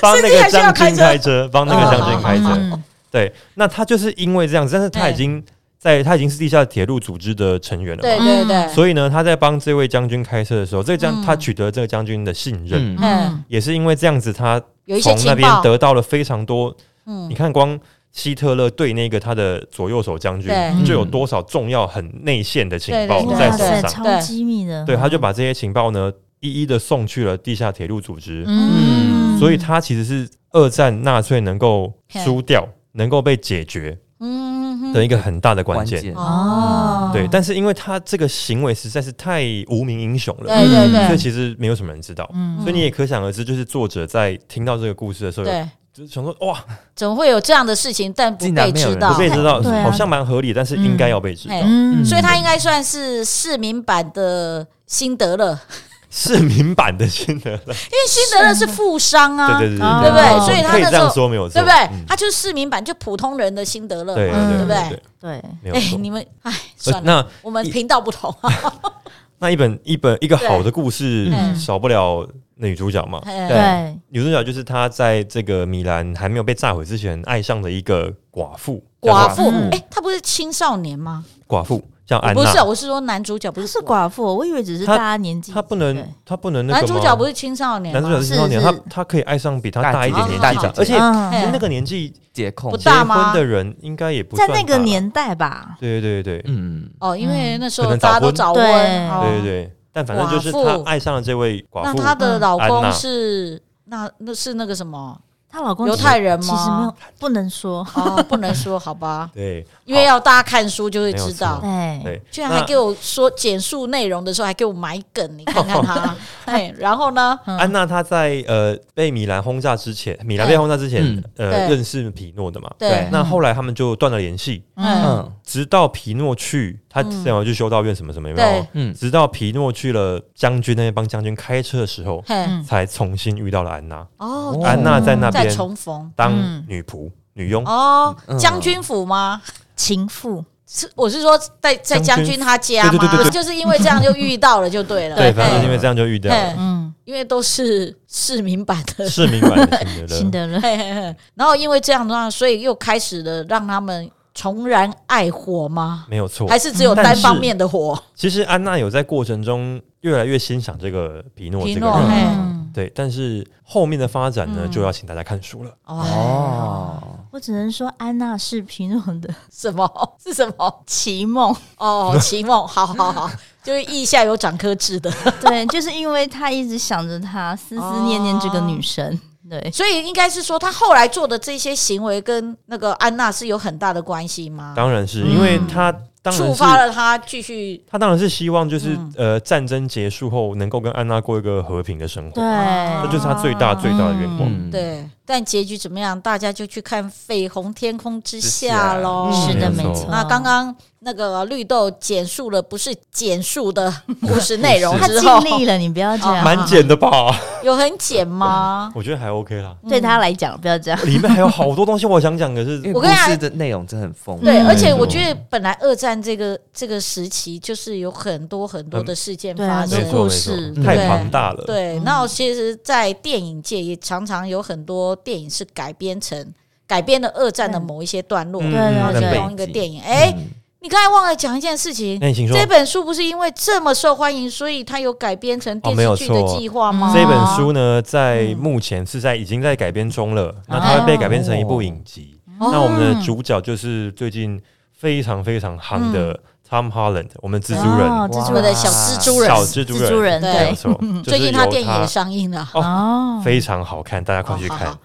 [SPEAKER 4] 帮那
[SPEAKER 1] 司机还
[SPEAKER 4] 个
[SPEAKER 1] 需要
[SPEAKER 4] 将
[SPEAKER 1] 开
[SPEAKER 4] 军
[SPEAKER 1] 车哦
[SPEAKER 4] 开车，帮那个将军开车，
[SPEAKER 3] 嗯
[SPEAKER 4] 对，那他就是因为这样子，但是他已经在他已经是地下铁路组织的成员了
[SPEAKER 1] 对
[SPEAKER 4] 嘛，
[SPEAKER 1] 对对，
[SPEAKER 4] 所以呢，他在帮这位将军开车的时候，这个将、
[SPEAKER 1] 嗯
[SPEAKER 4] 他取得这个将军的信任，
[SPEAKER 5] 嗯
[SPEAKER 1] 嗯，
[SPEAKER 4] 也是因为这样子，他
[SPEAKER 1] 有一些
[SPEAKER 4] 从那
[SPEAKER 1] 情
[SPEAKER 4] 边
[SPEAKER 1] 报，
[SPEAKER 4] 得到了非常多。
[SPEAKER 1] 嗯
[SPEAKER 4] 你，看，光希特勒对那个他的左右手将军
[SPEAKER 1] 对
[SPEAKER 5] 嗯
[SPEAKER 4] 就有多少重要、很内线的情报
[SPEAKER 1] 对对
[SPEAKER 4] 在
[SPEAKER 3] 哇
[SPEAKER 4] 手
[SPEAKER 3] 塞，
[SPEAKER 4] 上，
[SPEAKER 3] 超机密的，
[SPEAKER 4] 对，他就把这些情报呢一一的送去了地下铁路组织，
[SPEAKER 3] 嗯，
[SPEAKER 4] 所以他其实是二战纳粹能够输掉、能够被解决
[SPEAKER 1] 嗯
[SPEAKER 4] 的一个很大的关
[SPEAKER 5] 关
[SPEAKER 4] 键。
[SPEAKER 5] 键，
[SPEAKER 3] 哦，
[SPEAKER 4] 对，但是因为他这个行为实在是太无名英雄了，
[SPEAKER 1] 对对
[SPEAKER 4] 所以
[SPEAKER 1] 对
[SPEAKER 4] 其嗯实没有什么人知道。
[SPEAKER 3] 嗯
[SPEAKER 4] 所以你也可想而知，就是作者在听到这个故事的时候，
[SPEAKER 1] 对，
[SPEAKER 4] 就是想说哇，
[SPEAKER 1] 怎么会有这样的事情，但不
[SPEAKER 5] 竟然
[SPEAKER 1] 被
[SPEAKER 5] 没有
[SPEAKER 1] 知
[SPEAKER 5] 人
[SPEAKER 1] 道
[SPEAKER 4] 不？被知道，
[SPEAKER 3] 对啊
[SPEAKER 4] 好像蛮合理，但是应该要被知道。
[SPEAKER 1] 嘿
[SPEAKER 3] 嗯
[SPEAKER 1] 所以他应该算是市民版的辛德勒，
[SPEAKER 4] 市民版的心得了，
[SPEAKER 1] 因为辛德勒是富商 (laughs) 啊，
[SPEAKER 4] 对对对
[SPEAKER 3] 啊
[SPEAKER 4] 对
[SPEAKER 1] 对不对
[SPEAKER 4] 哦
[SPEAKER 1] 所以他
[SPEAKER 4] 可以
[SPEAKER 1] 那
[SPEAKER 4] 这
[SPEAKER 1] 时候
[SPEAKER 4] 样说没有错，
[SPEAKER 1] 对不对
[SPEAKER 4] 嗯？
[SPEAKER 1] 他就是市民版，就普通人的辛德勒
[SPEAKER 4] 对
[SPEAKER 3] 嗯
[SPEAKER 1] 嘛。
[SPEAKER 4] 对
[SPEAKER 1] 嗯对不对
[SPEAKER 4] 对，
[SPEAKER 3] 对，
[SPEAKER 4] 没有
[SPEAKER 1] 哎、
[SPEAKER 4] 错。
[SPEAKER 1] 你们哎，
[SPEAKER 4] 呃
[SPEAKER 1] 算了，
[SPEAKER 4] 那
[SPEAKER 1] 我们频道不同啊。
[SPEAKER 4] 那一本一本一个
[SPEAKER 1] 对
[SPEAKER 4] 好的故事
[SPEAKER 1] 嗯
[SPEAKER 4] 少不了女主角嘛，
[SPEAKER 1] 对
[SPEAKER 3] 对，
[SPEAKER 4] 女主角就是她在这个米兰还没有被炸毁之前爱上的一个寡妇，啊
[SPEAKER 1] 寡
[SPEAKER 4] 叫
[SPEAKER 1] 妇
[SPEAKER 3] 寡妇，
[SPEAKER 1] 哎、他不是青少年吗？
[SPEAKER 4] 寡妇像安娜，
[SPEAKER 1] 不是，我是说男主角不是
[SPEAKER 3] 不是寡妇，我以为只是大家年纪。
[SPEAKER 4] 她不
[SPEAKER 3] 对
[SPEAKER 4] 能，她不能那个
[SPEAKER 1] 男主角
[SPEAKER 4] 吗
[SPEAKER 1] 不是青少年吗，
[SPEAKER 4] 男主角是青少年，
[SPEAKER 3] 是
[SPEAKER 4] 他
[SPEAKER 3] 是
[SPEAKER 4] 他可以爱上比他大一点年
[SPEAKER 1] 大
[SPEAKER 4] 纪
[SPEAKER 1] 姐
[SPEAKER 4] 的，
[SPEAKER 1] 姐
[SPEAKER 4] 而且
[SPEAKER 3] 嗯，
[SPEAKER 1] 哎
[SPEAKER 4] 那个年纪
[SPEAKER 2] 解控
[SPEAKER 1] 不，
[SPEAKER 4] 结
[SPEAKER 1] 大吗
[SPEAKER 4] 婚的人应该也不
[SPEAKER 3] 在
[SPEAKER 4] 算
[SPEAKER 3] 那个
[SPEAKER 4] 大啦，
[SPEAKER 3] 年代吧，
[SPEAKER 4] 对对对对
[SPEAKER 2] 嗯，
[SPEAKER 1] 哦，因为
[SPEAKER 3] 嗯
[SPEAKER 1] 那时候
[SPEAKER 4] 可能
[SPEAKER 1] 大家都早
[SPEAKER 4] 早
[SPEAKER 1] 婚，
[SPEAKER 3] 对
[SPEAKER 1] 哦
[SPEAKER 4] 对对对，但反正就是
[SPEAKER 1] 寡
[SPEAKER 4] 他
[SPEAKER 1] 妇
[SPEAKER 4] 爱上了这位寡
[SPEAKER 1] 那
[SPEAKER 4] 妇，啊
[SPEAKER 1] 她的
[SPEAKER 3] 嗯
[SPEAKER 1] 老
[SPEAKER 4] 安娜
[SPEAKER 1] 公是那那是那个什么
[SPEAKER 3] 她老公
[SPEAKER 1] 犹
[SPEAKER 3] 其实
[SPEAKER 1] 太人
[SPEAKER 3] 其实没
[SPEAKER 1] 吗
[SPEAKER 3] 有？不能说，
[SPEAKER 1] 哦，不能说好
[SPEAKER 4] (laughs)
[SPEAKER 1] 吧，
[SPEAKER 4] 对，
[SPEAKER 1] 因为
[SPEAKER 4] 好
[SPEAKER 1] 要大家看书就会
[SPEAKER 4] 没有
[SPEAKER 1] 知道
[SPEAKER 4] 错。
[SPEAKER 3] 对，
[SPEAKER 4] 对，
[SPEAKER 1] 居然还
[SPEAKER 4] 那
[SPEAKER 1] 给我说简述内容的时候还给我埋梗，你看看
[SPEAKER 4] (laughs)
[SPEAKER 1] 他。哎，然后呢？
[SPEAKER 4] 安娜她在呃被米兰轰炸之前，米兰
[SPEAKER 1] 对
[SPEAKER 4] 被轰炸之前
[SPEAKER 2] 嗯，
[SPEAKER 4] 呃
[SPEAKER 1] 对
[SPEAKER 4] 认识皮诺的嘛，
[SPEAKER 1] 对
[SPEAKER 2] 对，
[SPEAKER 4] 那后来他们就断了联系，
[SPEAKER 1] 嗯，
[SPEAKER 2] 嗯
[SPEAKER 4] 直到皮诺去，他想要去修道院什么什么有没有
[SPEAKER 1] 对？
[SPEAKER 2] 嗯，
[SPEAKER 4] 直到皮诺去了将军那边帮将军开车的时候，
[SPEAKER 1] 嘿，
[SPEAKER 3] 嗯
[SPEAKER 4] 才重新遇到了安娜。
[SPEAKER 1] 哦，
[SPEAKER 4] 安娜在那
[SPEAKER 1] 再
[SPEAKER 4] 边
[SPEAKER 1] 重逢。
[SPEAKER 4] 当
[SPEAKER 3] 嗯
[SPEAKER 4] 女仆、女佣，
[SPEAKER 1] 哦，
[SPEAKER 2] 嗯
[SPEAKER 1] 将军府吗？
[SPEAKER 3] 情妇
[SPEAKER 1] 是，我是说在在
[SPEAKER 4] 将
[SPEAKER 1] 将
[SPEAKER 4] 军
[SPEAKER 1] 军他家
[SPEAKER 4] 对对对对
[SPEAKER 1] 吗？就是因为这样就遇到了，就对了。
[SPEAKER 4] 对，反
[SPEAKER 1] 嘿
[SPEAKER 4] 正就是因为这样就嗯遇到了
[SPEAKER 1] 嘿
[SPEAKER 3] 嗯，
[SPEAKER 1] 因为都是市民版的。 (laughs)
[SPEAKER 4] 市民版的辛德
[SPEAKER 3] 辛
[SPEAKER 4] 勒。
[SPEAKER 3] 德勒，
[SPEAKER 1] 嘿嘿嘿然后因为这样的话，所以又开始了让他们重燃爱火吗？
[SPEAKER 4] 没有错
[SPEAKER 1] 还，是只有
[SPEAKER 4] 但
[SPEAKER 1] 单
[SPEAKER 4] 是
[SPEAKER 1] 方面的火？
[SPEAKER 4] 其实安娜有在过程中越来越欣赏这个皮诺
[SPEAKER 1] 皮
[SPEAKER 4] 这个
[SPEAKER 1] 诺
[SPEAKER 4] 人，
[SPEAKER 1] 嘿
[SPEAKER 3] 嗯，
[SPEAKER 4] 对。但是后面的发展呢，
[SPEAKER 1] 嗯
[SPEAKER 4] 就要请大家看书了。
[SPEAKER 1] 哦，
[SPEAKER 2] 哦，
[SPEAKER 3] 我只能说安娜是皮诺的
[SPEAKER 1] 什么 (laughs) 是什么？
[SPEAKER 3] 奇梦，
[SPEAKER 1] 哦，奇梦，好好好， (laughs) 就是腋下有长颗痣的，
[SPEAKER 3] (laughs) 对，就是因为他一直想着她，思思念念这个女神，(laughs)
[SPEAKER 4] 哦
[SPEAKER 3] 对，
[SPEAKER 1] 所以应该是说他后来做的这些行为跟那个安娜是有很大的关系吗？
[SPEAKER 4] 当然是
[SPEAKER 3] 嗯
[SPEAKER 4] 因为他，当
[SPEAKER 1] 触
[SPEAKER 4] 然
[SPEAKER 1] 发
[SPEAKER 4] 是
[SPEAKER 1] 了他继续
[SPEAKER 4] 他当然是希望就是
[SPEAKER 1] 嗯
[SPEAKER 4] 呃战争结束后能够跟安娜过一个和平的生
[SPEAKER 3] 对
[SPEAKER 1] 啊
[SPEAKER 4] 活，，这就是他最大最大的愿望。
[SPEAKER 2] 嗯，，
[SPEAKER 1] 对，但结局怎么样，大家就去看《绯红天空之下》喽。
[SPEAKER 4] 嗯
[SPEAKER 3] 是的，没
[SPEAKER 4] 没错
[SPEAKER 3] 错。
[SPEAKER 1] 那刚刚那个绿豆简述了不是简述
[SPEAKER 4] (laughs)
[SPEAKER 1] 的故事内容
[SPEAKER 3] 他
[SPEAKER 1] 之后，
[SPEAKER 3] 尽力了，你不要这样，
[SPEAKER 4] 蛮简的吧？
[SPEAKER 1] (laughs) 有很简吗？
[SPEAKER 4] 我觉得还 OK 啦。
[SPEAKER 3] (laughs) 对他来讲不要这样，
[SPEAKER 4] 里面还有好多东西我想讲，可
[SPEAKER 1] (laughs)
[SPEAKER 4] 是
[SPEAKER 2] 因为
[SPEAKER 1] 我
[SPEAKER 2] 故
[SPEAKER 1] 跟你讲
[SPEAKER 2] 事的内容真的很丰富，
[SPEAKER 1] 对，
[SPEAKER 3] 嗯
[SPEAKER 1] 而且我觉得本来二战这个这个时期，就是有很多很多的事件
[SPEAKER 3] 对啊
[SPEAKER 1] 发生，
[SPEAKER 3] 很多
[SPEAKER 4] 没错
[SPEAKER 3] 故
[SPEAKER 4] 嗯没
[SPEAKER 3] 事
[SPEAKER 4] 错，
[SPEAKER 1] 嗯
[SPEAKER 3] 对
[SPEAKER 4] 太庞大了。
[SPEAKER 1] 对，那其实，在电影界也常常有很多电影是改编成改编了二战的某一些段落，
[SPEAKER 4] 嗯
[SPEAKER 3] 对对
[SPEAKER 1] 然后就
[SPEAKER 4] 对
[SPEAKER 1] 用一个电影。哎、
[SPEAKER 2] 嗯
[SPEAKER 1] 你刚才忘了讲一件事情
[SPEAKER 4] 哎那，你请说，
[SPEAKER 1] 这本书不是因为这么受欢迎，所以它有改编成电视剧
[SPEAKER 4] 哦
[SPEAKER 1] 的
[SPEAKER 4] 没有错
[SPEAKER 1] 计划吗？
[SPEAKER 3] 嗯
[SPEAKER 4] 这本书呢，在目前是在已经在改编中了，那它会被改编成一部影集。
[SPEAKER 1] 嗯哦
[SPEAKER 4] 那我们的主角就是最近非常非常夯的 Tom Holland，我们蜘蛛人，
[SPEAKER 2] 哇
[SPEAKER 3] 哦
[SPEAKER 1] 是
[SPEAKER 3] 蜘蛛
[SPEAKER 1] 我
[SPEAKER 3] 人
[SPEAKER 1] 的小嗯蜘蛛人
[SPEAKER 4] 小 (laughs) 蜘蛛
[SPEAKER 3] 蜘蛛人
[SPEAKER 1] 对
[SPEAKER 4] 没有
[SPEAKER 1] (laughs)
[SPEAKER 4] 错，
[SPEAKER 1] 最近
[SPEAKER 4] 他
[SPEAKER 1] 他电影也上映了，
[SPEAKER 3] 哦，
[SPEAKER 4] 非常好看，大家快去
[SPEAKER 1] 哦
[SPEAKER 4] 看
[SPEAKER 1] 好。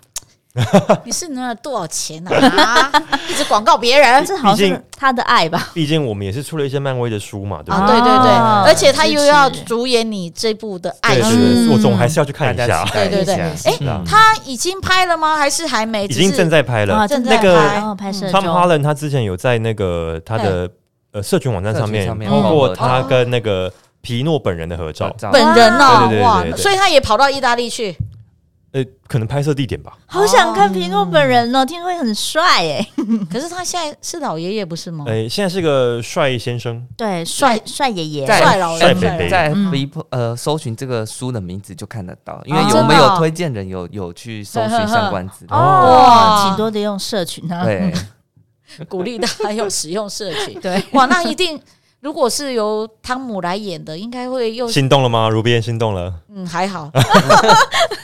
[SPEAKER 1] (laughs) 你是拿了多少钱啊？啊 (laughs) 一直广告别人
[SPEAKER 3] 这好像
[SPEAKER 4] 毕
[SPEAKER 3] 是
[SPEAKER 4] 竟
[SPEAKER 3] 他的爱吧？
[SPEAKER 4] 毕竟我们也是出了一些漫威的书嘛，对
[SPEAKER 1] 啊！
[SPEAKER 4] 吧？
[SPEAKER 1] 对对对
[SPEAKER 3] 哦，
[SPEAKER 1] 而且他又要
[SPEAKER 3] 支持
[SPEAKER 1] 主演你这部的《爱
[SPEAKER 4] 对
[SPEAKER 1] 情
[SPEAKER 4] 对》
[SPEAKER 3] 嗯
[SPEAKER 4] 对，我总还是要去看一
[SPEAKER 2] 大家
[SPEAKER 4] 下
[SPEAKER 2] 期。待
[SPEAKER 1] 对对
[SPEAKER 2] 一下
[SPEAKER 1] 对
[SPEAKER 4] 哎
[SPEAKER 2] 嗯
[SPEAKER 1] 他已经拍了吗？还是还没？
[SPEAKER 4] 已经
[SPEAKER 1] 哎只是哦
[SPEAKER 4] 正在拍了
[SPEAKER 3] 啊，
[SPEAKER 1] 正在
[SPEAKER 4] 那个
[SPEAKER 1] 拍
[SPEAKER 3] 然后拍摄中
[SPEAKER 4] Tom Holland 他之前有在那个他的呃社群网站上
[SPEAKER 2] 社群
[SPEAKER 4] 面
[SPEAKER 2] 上面
[SPEAKER 4] 通过他
[SPEAKER 1] 哦
[SPEAKER 4] 跟那个皮诺本人的合照，
[SPEAKER 2] 照
[SPEAKER 1] 本人
[SPEAKER 4] 对
[SPEAKER 1] 哦
[SPEAKER 4] 对对，对
[SPEAKER 1] 哇
[SPEAKER 4] 对，对
[SPEAKER 1] 所以他也跑到意大利去。
[SPEAKER 4] 呃，可能拍摄地点吧，
[SPEAKER 3] 好想看皮诺本人哦，听说很帅哎，
[SPEAKER 1] 可是他现在是老爷爷不是吗？
[SPEAKER 4] 呃，现在是个帅先生，
[SPEAKER 3] 对，帅帅爷爷，
[SPEAKER 2] 在
[SPEAKER 1] 帅老人
[SPEAKER 2] 在
[SPEAKER 4] 帅北北
[SPEAKER 2] 在
[SPEAKER 3] 嗯
[SPEAKER 2] B 呃搜寻这个书的名字就看得到，因为
[SPEAKER 1] 啊
[SPEAKER 2] 有
[SPEAKER 1] 真的
[SPEAKER 2] 我们有
[SPEAKER 1] 哦
[SPEAKER 2] 推荐人有有去搜寻相关资料，
[SPEAKER 3] 哦，
[SPEAKER 1] 哇
[SPEAKER 3] 挺多的用社群啊，
[SPEAKER 2] 对，
[SPEAKER 1] 鼓励大家用使用社群。
[SPEAKER 3] (laughs)
[SPEAKER 1] (laughs)
[SPEAKER 3] 对，
[SPEAKER 1] 哇，那一定如果是由汤姆来演的，应该会又
[SPEAKER 4] 心动了吗？如边心动了，
[SPEAKER 1] 嗯还好。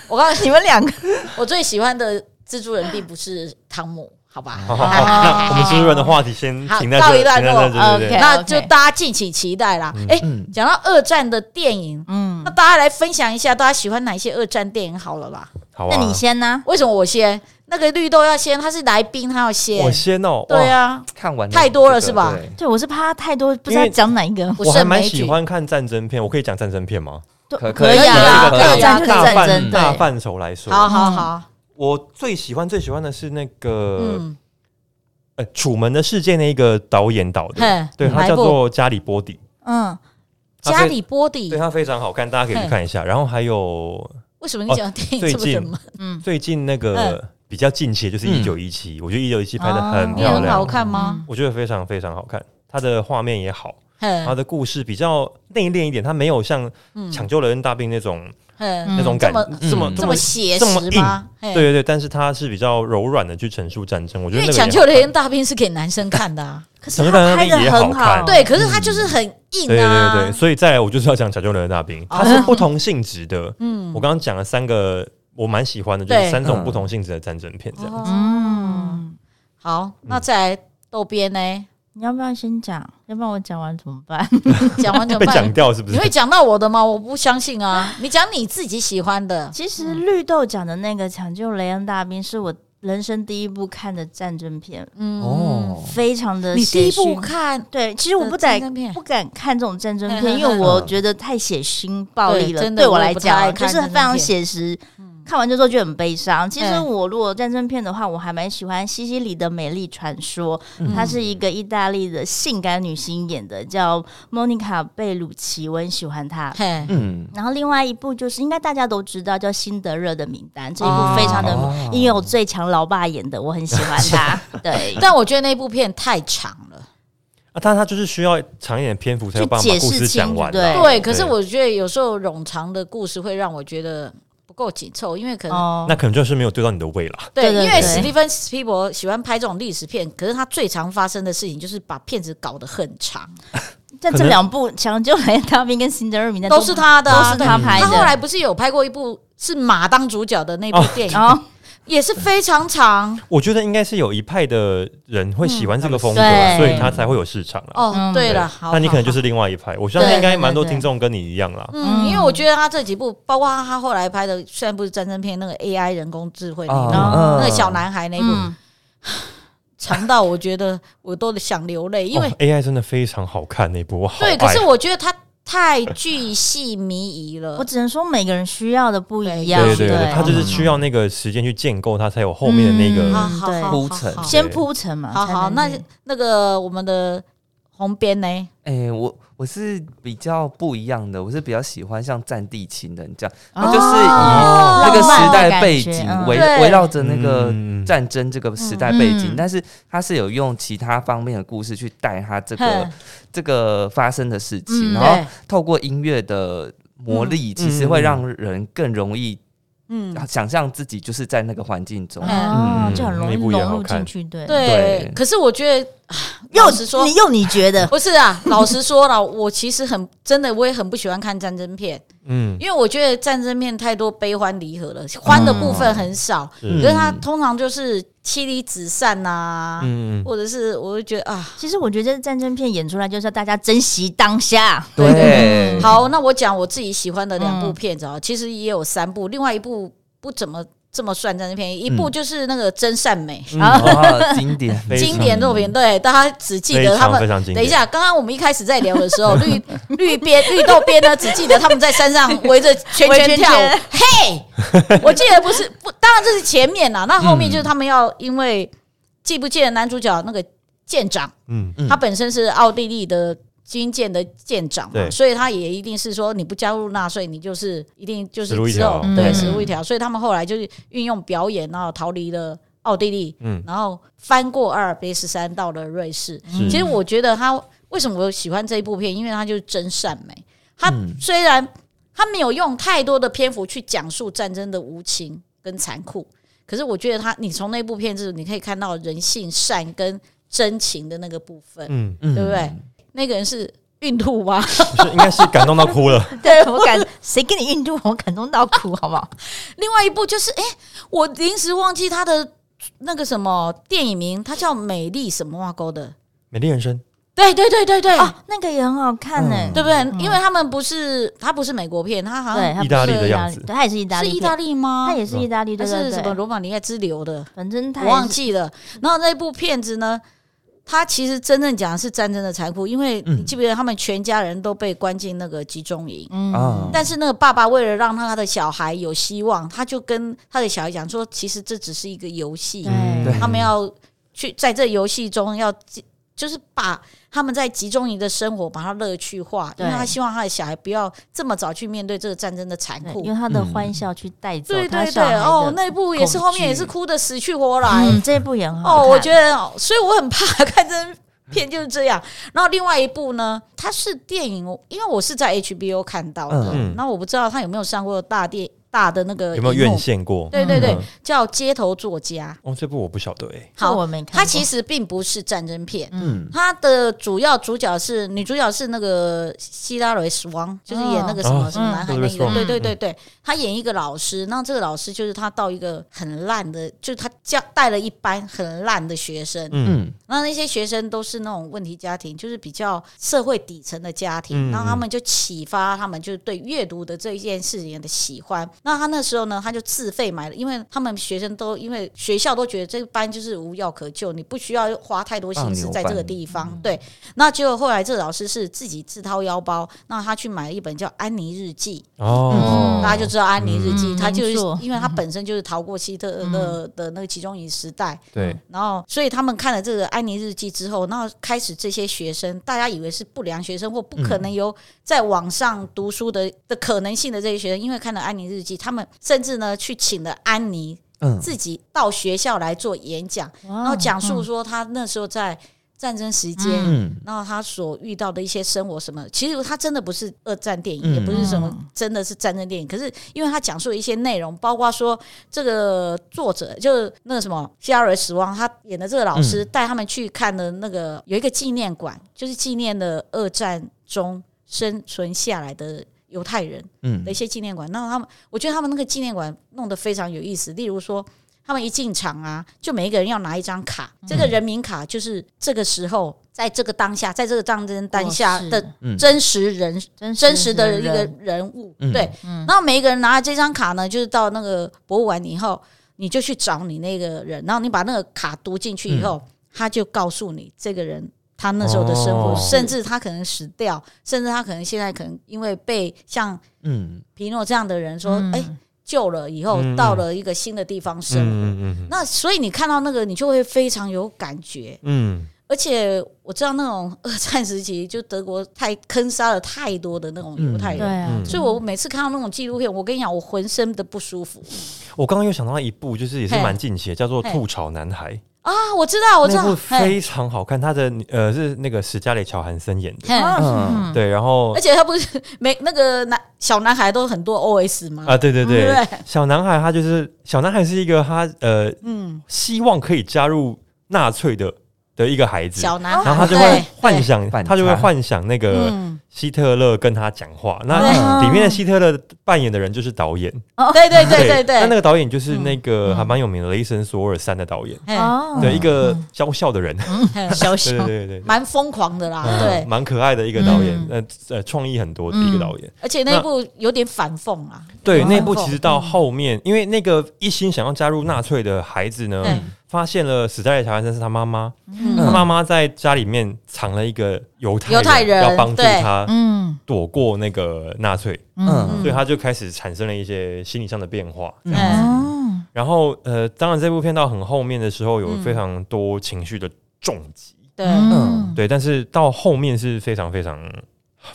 [SPEAKER 1] 我告诉你，
[SPEAKER 3] (laughs) 你们两个
[SPEAKER 1] 我最喜欢的蜘蛛人并不是汤姆，好
[SPEAKER 4] (laughs)
[SPEAKER 1] 吧？
[SPEAKER 4] 好好好，那我们蜘蛛人的话题先
[SPEAKER 1] 啊好
[SPEAKER 4] 停在
[SPEAKER 1] 告
[SPEAKER 4] 这，
[SPEAKER 1] 一
[SPEAKER 4] 停在
[SPEAKER 1] 段落哦
[SPEAKER 4] 这，对对对
[SPEAKER 1] (laughs)
[SPEAKER 3] OK
[SPEAKER 1] 那就大家敬请期待啦。哎，
[SPEAKER 2] 嗯，
[SPEAKER 1] 讲到二战的电影，
[SPEAKER 3] 嗯
[SPEAKER 1] 那，大家来分享一下，大家喜欢哪些二战电影好了啦？
[SPEAKER 4] 好
[SPEAKER 3] 那
[SPEAKER 4] 啊
[SPEAKER 3] 你。先呢？
[SPEAKER 1] 为什么我先？那个绿豆要先，他是来宾，他要先。
[SPEAKER 4] 我先哦，哇
[SPEAKER 1] 对，啊，
[SPEAKER 2] 看完了
[SPEAKER 1] 太多了
[SPEAKER 2] 这个
[SPEAKER 1] 是吧
[SPEAKER 2] 对
[SPEAKER 3] 对，我是怕他太多，不知道讲哪一个，
[SPEAKER 1] 不
[SPEAKER 4] 我还
[SPEAKER 1] 胜
[SPEAKER 4] 蛮
[SPEAKER 1] 枚
[SPEAKER 4] 喜
[SPEAKER 1] 举。
[SPEAKER 4] 欢看战争片，我可以讲战争片吗？
[SPEAKER 3] 对
[SPEAKER 2] 可
[SPEAKER 3] 可以
[SPEAKER 1] 可以
[SPEAKER 3] 啊，
[SPEAKER 1] 啊
[SPEAKER 3] 可
[SPEAKER 1] 可以啊
[SPEAKER 3] 以啊战就是
[SPEAKER 4] 大
[SPEAKER 3] 战
[SPEAKER 4] 范
[SPEAKER 3] 争，
[SPEAKER 4] 大
[SPEAKER 3] 对，
[SPEAKER 4] 范畴来说，
[SPEAKER 1] 好好好，
[SPEAKER 4] 我最喜欢最喜欢的是那个
[SPEAKER 1] 嗯，
[SPEAKER 4] 呃《楚门的世界》那一个导演导的，
[SPEAKER 1] 嘿，
[SPEAKER 4] 对他
[SPEAKER 1] 哪一
[SPEAKER 4] 叫
[SPEAKER 1] 部
[SPEAKER 4] 做加里波迪，
[SPEAKER 3] 嗯，
[SPEAKER 4] 他
[SPEAKER 1] 加
[SPEAKER 4] 非
[SPEAKER 1] 里波
[SPEAKER 4] 对
[SPEAKER 1] 底。
[SPEAKER 4] 他非常好看，大家可以去看一下。然后还有
[SPEAKER 1] 为什么你讲电影
[SPEAKER 4] 哦最
[SPEAKER 1] 这么
[SPEAKER 4] 近
[SPEAKER 1] 冷门？
[SPEAKER 3] 嗯
[SPEAKER 4] 最近那个比较近期的就是一
[SPEAKER 2] 嗯
[SPEAKER 4] 九一七，我觉得一九一七拍的很
[SPEAKER 3] 哦
[SPEAKER 1] 你
[SPEAKER 4] 漂
[SPEAKER 1] 很
[SPEAKER 4] 亮
[SPEAKER 1] 好，看吗？
[SPEAKER 4] 我觉得非常非常好看，它的画面也好，
[SPEAKER 1] 哼
[SPEAKER 4] 嗯他的故事比较内敛一点，他没有像《抢救了恩大病》那种
[SPEAKER 1] 哼
[SPEAKER 3] 嗯
[SPEAKER 4] 那种感
[SPEAKER 1] 嗯这
[SPEAKER 4] 这么
[SPEAKER 3] 嗯
[SPEAKER 1] 这么写实
[SPEAKER 4] 这
[SPEAKER 1] 吗
[SPEAKER 4] 么？
[SPEAKER 1] 嘿
[SPEAKER 4] 对对对，但是他是比较柔软的去陈述战争，我觉
[SPEAKER 1] 因为
[SPEAKER 4] 得那个
[SPEAKER 1] 抢
[SPEAKER 4] 也
[SPEAKER 1] 救
[SPEAKER 4] 好
[SPEAKER 1] 连大兵是给男生看的
[SPEAKER 4] (laughs)
[SPEAKER 1] 啊，
[SPEAKER 3] 可是他拍的很
[SPEAKER 4] 整个
[SPEAKER 3] 好，
[SPEAKER 4] 大内
[SPEAKER 1] 对，可是他就是很硬
[SPEAKER 4] 对对
[SPEAKER 1] 啊，
[SPEAKER 4] 对，所以再来我就是要讲抢救人的大兵，它是不同性质的。嗯，我刚刚讲了三个我蛮喜欢的，就
[SPEAKER 1] 对
[SPEAKER 4] 是三种
[SPEAKER 5] 嗯
[SPEAKER 4] 不同性质的战争片这样。
[SPEAKER 3] 嗯，
[SPEAKER 1] 哦好，那再来逗编
[SPEAKER 4] (laughs)
[SPEAKER 1] 呢？
[SPEAKER 3] 你要不要先讲？要不然我讲完怎么办？
[SPEAKER 1] 讲完怎么
[SPEAKER 4] 被讲
[SPEAKER 1] 办？
[SPEAKER 4] 掉是不
[SPEAKER 1] 你
[SPEAKER 4] 是？
[SPEAKER 1] 会讲到我的吗？我不相信
[SPEAKER 4] (laughs)
[SPEAKER 1] 啊！你讲你自己喜欢的，
[SPEAKER 3] (laughs) 其实绿豆讲的那个《抢救雷恩大兵》是我人生第一部看的战争片，
[SPEAKER 1] 嗯，
[SPEAKER 5] 哦，
[SPEAKER 3] 非常的
[SPEAKER 1] 你第一
[SPEAKER 3] 血腥
[SPEAKER 1] 部看
[SPEAKER 3] 对，其实我不
[SPEAKER 1] 战争 (laughs)
[SPEAKER 3] 敢
[SPEAKER 1] 片
[SPEAKER 3] 不敢看这种战争
[SPEAKER 1] 嗯嗯
[SPEAKER 3] 片，因为我
[SPEAKER 5] 嗯
[SPEAKER 3] 觉得太血腥暴力
[SPEAKER 1] 对
[SPEAKER 3] 了，
[SPEAKER 1] 真的
[SPEAKER 3] 对我来
[SPEAKER 1] 我
[SPEAKER 3] 讲
[SPEAKER 1] 也不太
[SPEAKER 3] 就
[SPEAKER 1] 爱看
[SPEAKER 3] 是非常写实。看完之后就很悲伤。其实
[SPEAKER 1] 嗯
[SPEAKER 3] 我如果战争片的话，我还蛮喜欢西西里的美丽传说，
[SPEAKER 5] 嗯
[SPEAKER 3] 她是一个意大利的性感女星演的，叫莫妮卡贝鲁奇，我很喜欢她。
[SPEAKER 1] 嘿，
[SPEAKER 5] 嗯，
[SPEAKER 3] 然后另外一部就是应该大家都知道叫《辛德勒的名单》，这一
[SPEAKER 1] 哦
[SPEAKER 3] 部非常的，
[SPEAKER 5] 哦
[SPEAKER 3] 因为我最强老爸演的，我很喜欢
[SPEAKER 1] (laughs)
[SPEAKER 3] 他。对，
[SPEAKER 1] 但我觉得那部片太长了。
[SPEAKER 4] 啊，但它就是需要长一点篇幅才有办法
[SPEAKER 3] 去
[SPEAKER 4] 把
[SPEAKER 3] 解释
[SPEAKER 4] 故事讲完啊。
[SPEAKER 3] 清楚
[SPEAKER 1] 对，
[SPEAKER 3] 对
[SPEAKER 1] 可是我觉得有时候冗长的故事会让我觉得不够紧凑，因为可能
[SPEAKER 3] 哦
[SPEAKER 4] 那，可能就是没有对到你的胃了。
[SPEAKER 1] 对，
[SPEAKER 3] 对对
[SPEAKER 1] 因为
[SPEAKER 3] 对
[SPEAKER 1] 史蒂芬斯皮伯喜欢拍这种历史片，可是他最常发生的事情就是把片子搞得很长，
[SPEAKER 3] 但
[SPEAKER 4] 可
[SPEAKER 3] 这
[SPEAKER 4] 能
[SPEAKER 3] 两部《抢救雷大兵》跟《辛德勒名单》
[SPEAKER 1] 都是他的、
[SPEAKER 3] 都
[SPEAKER 1] 啊，
[SPEAKER 3] 是他
[SPEAKER 1] 对
[SPEAKER 3] 拍的
[SPEAKER 1] 他后来不是有拍过一部是马当主角的那部电影，
[SPEAKER 3] 哦，
[SPEAKER 1] 也是非常
[SPEAKER 3] (laughs)
[SPEAKER 1] 长
[SPEAKER 4] 我觉得应该是有一派的人会喜欢这个风格，
[SPEAKER 3] 嗯对
[SPEAKER 4] 所以它才会有市场啦。
[SPEAKER 1] 哦。
[SPEAKER 3] 嗯
[SPEAKER 1] 对
[SPEAKER 4] 对
[SPEAKER 1] 了，好，
[SPEAKER 4] 那你可能就
[SPEAKER 1] 好。
[SPEAKER 4] 是另外一派。我相信
[SPEAKER 3] 对
[SPEAKER 4] 应该蛮多
[SPEAKER 3] 对对
[SPEAKER 4] 听众跟你一样啦。
[SPEAKER 1] 嗯，
[SPEAKER 3] 嗯
[SPEAKER 1] 因为我觉得他这几部，包括他后来拍的，虽然不是战争片，那个 AI 人工智慧那一部
[SPEAKER 3] 哦
[SPEAKER 1] 那个小，男孩那一部，
[SPEAKER 3] 嗯，
[SPEAKER 1] 长到我觉得我都想流泪，因为
[SPEAKER 4] 哦 AI 真的非常好看那部，我好
[SPEAKER 1] 对，
[SPEAKER 4] 爱。
[SPEAKER 1] 可是我觉得他太巨细靡遗了
[SPEAKER 3] 我。只能说每个人需要的不一样，
[SPEAKER 4] 对对对，它
[SPEAKER 3] 他
[SPEAKER 4] 就是需要那个时间去建构，它才有后面的那个
[SPEAKER 3] 嗯
[SPEAKER 1] 好好
[SPEAKER 3] 对
[SPEAKER 1] 好，
[SPEAKER 5] 铺
[SPEAKER 1] 好
[SPEAKER 5] 陈
[SPEAKER 1] 好
[SPEAKER 3] 嗯先铺陈嘛。
[SPEAKER 1] 好
[SPEAKER 3] 才
[SPEAKER 1] 好，
[SPEAKER 3] 能
[SPEAKER 1] 那那个我们的红边呢？
[SPEAKER 5] 哎，我我是比较不一样的，我是比较喜欢像《战地情人》这样，
[SPEAKER 3] 哦
[SPEAKER 5] 就是以
[SPEAKER 1] 哦
[SPEAKER 5] 那个时代背景
[SPEAKER 3] 浪漫的感觉
[SPEAKER 5] 围
[SPEAKER 1] 嗯
[SPEAKER 5] 围绕着那个
[SPEAKER 4] 嗯
[SPEAKER 5] 战争这个时代背景
[SPEAKER 3] 嗯，
[SPEAKER 5] 但是它是有用其他方面的故事去带它这个
[SPEAKER 1] 哼
[SPEAKER 5] 这个发生的事情，
[SPEAKER 3] 嗯
[SPEAKER 5] 然后
[SPEAKER 1] 对，
[SPEAKER 5] 透过音乐的魔力，其实会让人更容易
[SPEAKER 1] 嗯，
[SPEAKER 5] 想象自己就是在那个环境中。
[SPEAKER 3] 哦
[SPEAKER 4] 嗯，
[SPEAKER 3] 就很容易
[SPEAKER 4] 那部也
[SPEAKER 3] 融
[SPEAKER 4] 好
[SPEAKER 3] 入进
[SPEAKER 4] 看
[SPEAKER 3] 去，对，
[SPEAKER 1] 对
[SPEAKER 5] 对。
[SPEAKER 1] 可是我觉得，啊
[SPEAKER 3] 又
[SPEAKER 1] 老实说
[SPEAKER 3] 你又你觉得
[SPEAKER 1] 不是啊，老实说了，我其实很真的，我也很不喜欢看战争片，
[SPEAKER 4] 嗯，
[SPEAKER 1] 因为我觉得战争片太多悲欢离合了，欢的部分很少，
[SPEAKER 4] 嗯
[SPEAKER 1] 可是它通常就是妻离子散呐、
[SPEAKER 4] 嗯，
[SPEAKER 1] 或者是啊我就觉得啊，
[SPEAKER 3] 其实我觉得这战争片演出来就是要大家珍惜当下，
[SPEAKER 5] 对，
[SPEAKER 1] 好，那我讲我自己喜欢的两部
[SPEAKER 3] 嗯
[SPEAKER 1] 片子啊，其实也有三部，另外一部不怎么这么算战争片，一部
[SPEAKER 4] 嗯
[SPEAKER 1] 就是那个《真善美》
[SPEAKER 5] 嗯然后经
[SPEAKER 4] (laughs)
[SPEAKER 5] 典，
[SPEAKER 4] 非常
[SPEAKER 1] 经典作品，对大家只记得他
[SPEAKER 4] 非常非
[SPEAKER 1] 们。
[SPEAKER 4] 常经典。
[SPEAKER 1] 等一，下，刚刚我们一开始在聊的时候，绿 (laughs) 绿边绿豆边呢，只记得他们在山上围着圈
[SPEAKER 3] 围
[SPEAKER 1] 圈
[SPEAKER 3] 圈
[SPEAKER 1] 跳舞
[SPEAKER 3] 圈。
[SPEAKER 1] 嘿，我记得不是不，当然这是前面啦，那后面
[SPEAKER 3] 嗯
[SPEAKER 1] 就是他们要因为记不记得男主角那个舰长，
[SPEAKER 4] 嗯，
[SPEAKER 5] 嗯
[SPEAKER 1] 他本身是奥地利的军舰的舰长嘛，
[SPEAKER 4] 对
[SPEAKER 1] 所以他也一定是说你不加入纳粹，你就是一定就是
[SPEAKER 4] 死路一条
[SPEAKER 1] 只有对，
[SPEAKER 3] 嗯
[SPEAKER 1] 死路一条。所以他们后来就是运用表演，然后逃离了奥地利，
[SPEAKER 4] 嗯
[SPEAKER 1] 然后翻过阿尔卑斯山到了瑞士。
[SPEAKER 3] 嗯
[SPEAKER 4] 是
[SPEAKER 1] 其实我觉得他为什么我喜欢这一部片，因为他就是真善美。他
[SPEAKER 5] 嗯
[SPEAKER 1] 虽然他没有用太多的篇幅去讲述战争的无情跟残酷，可是我觉得他，你从那部片子你可以看到人性善跟真情的那个部分。
[SPEAKER 4] 嗯，
[SPEAKER 5] 对
[SPEAKER 1] 对不对？那个人是孕吐吗？ (laughs)
[SPEAKER 4] 不 (laughs) 是应该是感动到哭了。
[SPEAKER 3] 对我感谁跟你运动，我感动到哭，好不好？
[SPEAKER 1] 另外一部就是，哎、我临时忘记他的那个什么电影名，他叫《美丽什么挂钩》的。
[SPEAKER 4] 美丽人生，
[SPEAKER 1] 对对对对对，
[SPEAKER 3] 哦，那个也很好看
[SPEAKER 4] 嗯
[SPEAKER 3] 呢，
[SPEAKER 1] 对不对？因为他们不是，他不是美国片，他好
[SPEAKER 3] 对，
[SPEAKER 1] 像
[SPEAKER 3] 它不是
[SPEAKER 4] 意大利的样子
[SPEAKER 3] 意大利对，它也是意大
[SPEAKER 1] 啊
[SPEAKER 3] 利
[SPEAKER 1] 是
[SPEAKER 3] 片，
[SPEAKER 1] 意大利吗
[SPEAKER 3] 它？也是意大利，
[SPEAKER 1] 还
[SPEAKER 3] 对对
[SPEAKER 1] 是什么
[SPEAKER 3] 对，
[SPEAKER 1] 罗马尼亚之流的？
[SPEAKER 3] 反正它
[SPEAKER 1] 我
[SPEAKER 3] 也是
[SPEAKER 1] 忘记了。然后那部片子呢，它其实真正讲的是战争的残酷，因为你记不记得他们全家人都被关进那个集中营？
[SPEAKER 3] 嗯
[SPEAKER 5] 啊，
[SPEAKER 1] 但是那个爸爸为了让他的小孩有希望，他就跟他的小孩讲说，其实这只是一个游戏，
[SPEAKER 3] 嗯对
[SPEAKER 1] 他们要去在这游戏中要记就是把他们在集中营的生活把它乐趣化，因为
[SPEAKER 3] 对
[SPEAKER 1] 他希望他的小孩不要这么早去面对这个战争的残
[SPEAKER 3] 对
[SPEAKER 1] 酷
[SPEAKER 3] 用。他的
[SPEAKER 4] 嗯
[SPEAKER 3] 欢笑去带走
[SPEAKER 1] 对
[SPEAKER 3] 他
[SPEAKER 1] 对
[SPEAKER 3] 小
[SPEAKER 1] 对，
[SPEAKER 3] 孩的
[SPEAKER 1] 哦，那部也是
[SPEAKER 3] 恐
[SPEAKER 1] 后面也
[SPEAKER 3] 惧嗯
[SPEAKER 1] 是哭的死去活来。
[SPEAKER 3] 嗯，这部也很好
[SPEAKER 1] 哦，我觉
[SPEAKER 3] 得
[SPEAKER 1] 得，所以我很怕 (laughs) 看真片就是这样。然后另外一部呢，它是电影，因为我是在 HBO 看到的，
[SPEAKER 4] 嗯
[SPEAKER 1] 那我不知道它有没有上过大电大的那个
[SPEAKER 4] 有没有
[SPEAKER 1] 荧幕
[SPEAKER 4] 院？线过？
[SPEAKER 1] 对对对，
[SPEAKER 4] 嗯
[SPEAKER 1] 叫《街头作家
[SPEAKER 4] 哦，这部我不晓得哎》。。
[SPEAKER 3] 这
[SPEAKER 1] 好，
[SPEAKER 3] 我没看过。
[SPEAKER 1] 它其实并不是战争片，
[SPEAKER 5] 嗯，
[SPEAKER 1] 它的主要主角是女主角是那个希拉蕊·斯旺，就是演那个什么
[SPEAKER 4] 哦
[SPEAKER 1] 什么男孩
[SPEAKER 4] 嗯
[SPEAKER 1] 那
[SPEAKER 4] Hilary Swank
[SPEAKER 1] 个，对对对对，她演一个老师，那这个老师就是她到一个很烂的，就是她教带了一班很烂的学生，
[SPEAKER 4] 嗯
[SPEAKER 5] 嗯
[SPEAKER 1] 那那些学生都是那种问题家庭，就是比较社会底层的家庭，
[SPEAKER 4] 嗯
[SPEAKER 1] 然后他们就启发他们就是对阅读的这一件事情的喜欢。那他那时候呢，他就自费买了，因为他们学生都因为学校都觉得这个班就是无药可救，你不需要花太多心思在这个地
[SPEAKER 4] 哦
[SPEAKER 1] 方。对，那结果后来这个老师是自己自掏腰包，那他去买了一本叫《安妮日记》，
[SPEAKER 4] 哦，
[SPEAKER 1] 嗯大家就知道《安妮日记》
[SPEAKER 3] 嗯
[SPEAKER 1] 他就是
[SPEAKER 3] 没错
[SPEAKER 1] 因为他本身就是逃过希特
[SPEAKER 4] 嗯
[SPEAKER 1] 勒的那个集中营时代，
[SPEAKER 4] 对，
[SPEAKER 1] 然后，所以他们看了这个《安妮日记》之后，然后开始这些学生，大家以为是不良学生或不可能有在网上读书的的可能性的这些学生，因为看了《安妮日记》，他们甚至呢去请了安妮
[SPEAKER 5] 嗯，
[SPEAKER 1] 自己到学校来做演讲，
[SPEAKER 3] 哇，
[SPEAKER 1] 然后讲述说他那时候在战争时间。
[SPEAKER 5] 嗯
[SPEAKER 1] 然后他所遇到的一些生活什么，其实他真的不是二战电影，
[SPEAKER 5] 嗯
[SPEAKER 1] 也不是什么
[SPEAKER 3] 嗯
[SPEAKER 1] 真的是战争电影。可是因为他讲述了一些内容，包括说这个作者就是那个什么希拉瑞·史旺，他演的这个老师
[SPEAKER 5] 嗯
[SPEAKER 1] 带他们去看的那个有一个纪念馆，就是纪念了二战中生存下来的犹太人。的一
[SPEAKER 5] 嗯
[SPEAKER 1] 些纪念馆。那他们，我觉得他们那个纪念馆弄得非常有意思。例如说，他们一进场啊，就每一个人要拿一张卡，
[SPEAKER 3] 嗯
[SPEAKER 1] 这个人名卡就是这个时候，在这个当下，在这个战争当下
[SPEAKER 3] 我是
[SPEAKER 1] 的
[SPEAKER 5] 嗯，
[SPEAKER 1] 真实人、
[SPEAKER 3] 真
[SPEAKER 1] 真实的一个
[SPEAKER 3] 人
[SPEAKER 1] 人物。
[SPEAKER 5] 嗯
[SPEAKER 1] 对，
[SPEAKER 3] 嗯
[SPEAKER 1] 然后每一个人拿了这张卡呢，就是到那个博物馆以后，你就去找你那个人，然后你把那个卡读进去以后，他就告诉你这个人。他那时候的生活，
[SPEAKER 4] 哦
[SPEAKER 1] 甚至他可能死掉，甚至他可能现在可能因为被像
[SPEAKER 5] 嗯
[SPEAKER 1] 皮诺这样的人说：“
[SPEAKER 3] 嗯
[SPEAKER 1] 哎、救了以后
[SPEAKER 4] 嗯嗯
[SPEAKER 1] 到了一个新的地方生活。
[SPEAKER 4] 嗯嗯嗯
[SPEAKER 1] 那所以你看到那个，你就会非常有感觉。
[SPEAKER 4] 嗯，
[SPEAKER 1] 而且我知道那种二战时期，就德国太坑杀了太多的那种犹太
[SPEAKER 3] 对
[SPEAKER 1] 人，
[SPEAKER 3] 啊，
[SPEAKER 4] 嗯
[SPEAKER 1] 所以哎我每次看到那种纪录片，我跟你讲，我浑身的不舒服
[SPEAKER 4] 我刚刚又想到一部，就是也是
[SPEAKER 1] 嘿
[SPEAKER 4] 蛮近期的，叫做
[SPEAKER 1] 嘿
[SPEAKER 4] 《吐槽男孩》，
[SPEAKER 1] 啊！我知道，我知
[SPEAKER 4] 那
[SPEAKER 1] 道
[SPEAKER 4] 部，
[SPEAKER 1] 嘿
[SPEAKER 4] 非常好看，他的呃是那个史嘉蕾·乔韩森演的，
[SPEAKER 1] 嘿
[SPEAKER 5] 嗯
[SPEAKER 4] 对，然后
[SPEAKER 1] 而且他不是每那个男小男孩都很多 OS 吗？
[SPEAKER 4] 啊，对对
[SPEAKER 1] 嗯
[SPEAKER 4] 对
[SPEAKER 1] 对不对，
[SPEAKER 4] 小男孩他就是小男孩是一个他呃
[SPEAKER 1] 嗯，
[SPEAKER 4] 希望可以加入纳粹的的一个孩子，
[SPEAKER 1] 小男孩，
[SPEAKER 4] 然后他就
[SPEAKER 1] 对
[SPEAKER 4] 会幻，想，
[SPEAKER 5] 反
[SPEAKER 4] 他就会
[SPEAKER 5] 差
[SPEAKER 4] 幻想那
[SPEAKER 1] 对
[SPEAKER 4] 个
[SPEAKER 1] 嗯，
[SPEAKER 4] 希特勒跟他讲话。
[SPEAKER 5] 对
[SPEAKER 4] 那里面的希特勒扮演的人就是导演，
[SPEAKER 1] 对对对对
[SPEAKER 4] 那那
[SPEAKER 1] 对，
[SPEAKER 4] 个导演就是那个
[SPEAKER 3] 嗯
[SPEAKER 4] 还蛮有名的《雷神索尔三》的导演，
[SPEAKER 1] 嘿
[SPEAKER 3] 哦
[SPEAKER 4] 对，一个娇笑的人，
[SPEAKER 1] 嘿小
[SPEAKER 4] 对
[SPEAKER 1] 小
[SPEAKER 4] 对对对对。
[SPEAKER 1] 蛮疯狂的啦，
[SPEAKER 4] 嗯
[SPEAKER 1] 嗯对。
[SPEAKER 4] 蛮可爱的一个导演，
[SPEAKER 3] 嗯
[SPEAKER 4] 呃呃，创意很多的一个导演。
[SPEAKER 1] 而且那一部有点反讽啊，
[SPEAKER 4] 对，
[SPEAKER 1] 嗯
[SPEAKER 4] 那部其实到后面，因为那个一心想要加入纳粹的孩子呢，
[SPEAKER 1] 对
[SPEAKER 4] 发现了死在乔安森是他妈妈，
[SPEAKER 1] 嗯
[SPEAKER 4] 他妈妈在家里面藏了一个犹太
[SPEAKER 1] 犹太人
[SPEAKER 4] 要帮助
[SPEAKER 1] 对
[SPEAKER 4] 他
[SPEAKER 3] 嗯
[SPEAKER 4] 躲过那个纳粹，
[SPEAKER 3] 哦
[SPEAKER 5] 嗯
[SPEAKER 4] 所以他就开始产生了一些心理上的变化。
[SPEAKER 5] 嗯
[SPEAKER 1] 嗯
[SPEAKER 3] 哦
[SPEAKER 4] 然后呃，当然这部片到很后面的时候有
[SPEAKER 1] 嗯
[SPEAKER 4] 非常多情绪的重击，
[SPEAKER 1] 对，
[SPEAKER 3] 嗯
[SPEAKER 4] 对，但是到后面是非常非常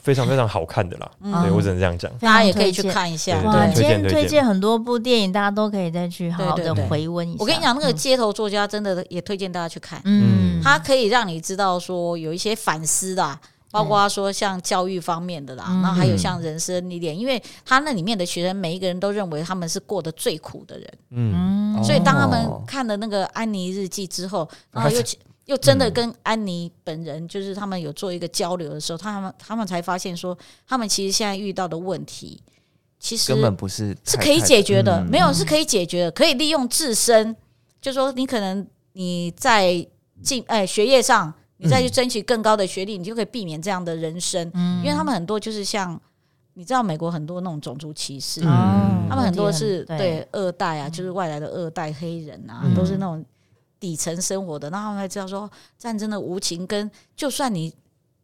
[SPEAKER 4] 非常非常好看的啦。
[SPEAKER 1] 嗯
[SPEAKER 4] 对我只能这样讲。
[SPEAKER 1] 大家也可以去。看一下。
[SPEAKER 4] 对
[SPEAKER 3] 哇，
[SPEAKER 1] 对，
[SPEAKER 3] 今
[SPEAKER 4] 推荐
[SPEAKER 3] 天
[SPEAKER 4] 推
[SPEAKER 3] 推
[SPEAKER 4] 荐
[SPEAKER 3] 荐很多部电影，大家都可以再去好好
[SPEAKER 1] 对
[SPEAKER 3] 的
[SPEAKER 1] 对对
[SPEAKER 3] 回温一下。
[SPEAKER 1] 我跟你讲，那个街头作家真的也推荐大家去看，
[SPEAKER 3] 嗯，
[SPEAKER 1] 它可以让你知道说有一些反思啦。包括说像教育方面的啦，
[SPEAKER 3] 嗯
[SPEAKER 1] 然后还有像人生历练，因为他那里面的学生每一个人都认为他们是过得最苦的人，
[SPEAKER 4] 嗯，
[SPEAKER 5] 嗯
[SPEAKER 1] 所以当他们
[SPEAKER 5] 哦
[SPEAKER 1] 看了那个安妮日记之后，然后又又真
[SPEAKER 5] 嗯
[SPEAKER 1] 的跟安妮本人，就是他们有做一个交流的时候，他们他们才发现说，他们其实现在遇到的问题，其实
[SPEAKER 5] 根本不是
[SPEAKER 1] 是
[SPEAKER 5] 太
[SPEAKER 1] 可以解决的，
[SPEAKER 5] 嗯
[SPEAKER 1] 没有是可以解决的，可以利用自身，就说你可能你在进哎学业上，你再去
[SPEAKER 5] 嗯
[SPEAKER 1] 争取更高的学历，你就可以避免这样的人生，
[SPEAKER 3] 嗯
[SPEAKER 1] 因为他们很多就是像你知道美国很多那种种族歧视，
[SPEAKER 5] 嗯
[SPEAKER 1] 他们很多是
[SPEAKER 3] 对
[SPEAKER 1] 对二代啊，就是外来的二代黑人啊，
[SPEAKER 5] 嗯
[SPEAKER 1] 都是那种底层生活的，那他们才知道说战争的无情跟，就算你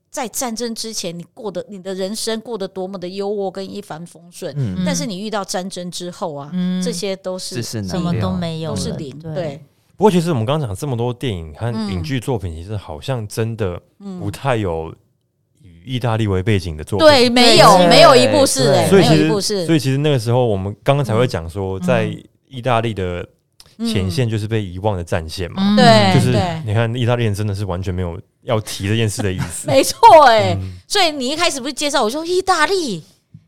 [SPEAKER 1] 在战争之前你过得你的人生过得多么的优渥跟一帆风顺，
[SPEAKER 5] 嗯
[SPEAKER 1] 但是你遇到战争之后啊，
[SPEAKER 3] 嗯
[SPEAKER 1] 这些都是
[SPEAKER 5] 自是
[SPEAKER 3] 什么
[SPEAKER 5] 能
[SPEAKER 3] 都
[SPEAKER 5] 量嗯
[SPEAKER 3] 没有
[SPEAKER 1] 都
[SPEAKER 3] 了，
[SPEAKER 1] 是零，对，
[SPEAKER 4] 不过其实我们刚刚讲这么多电影和
[SPEAKER 1] 嗯
[SPEAKER 4] 影剧作品，其实好像真的不
[SPEAKER 1] 嗯，
[SPEAKER 4] 太有以意大利为背景的作品。
[SPEAKER 1] 对，没有
[SPEAKER 5] 对
[SPEAKER 1] 没有一部是
[SPEAKER 5] 对
[SPEAKER 1] 哎，
[SPEAKER 4] 所以
[SPEAKER 1] 没
[SPEAKER 4] 其
[SPEAKER 1] 有一
[SPEAKER 4] 实
[SPEAKER 1] 部是嗯
[SPEAKER 4] 所以其实那个时候我们刚刚才会讲说，
[SPEAKER 3] 嗯
[SPEAKER 4] 在意大利的前线就是被遗忘的战线嘛。
[SPEAKER 1] 对
[SPEAKER 4] 就
[SPEAKER 1] 嗯
[SPEAKER 4] 是
[SPEAKER 1] 对
[SPEAKER 4] 你看意大利人真的是完全没有要提这件事的意
[SPEAKER 1] (laughs)
[SPEAKER 4] 思。嗯
[SPEAKER 1] 没错哎、所以你一开始不是介绍我说意大利，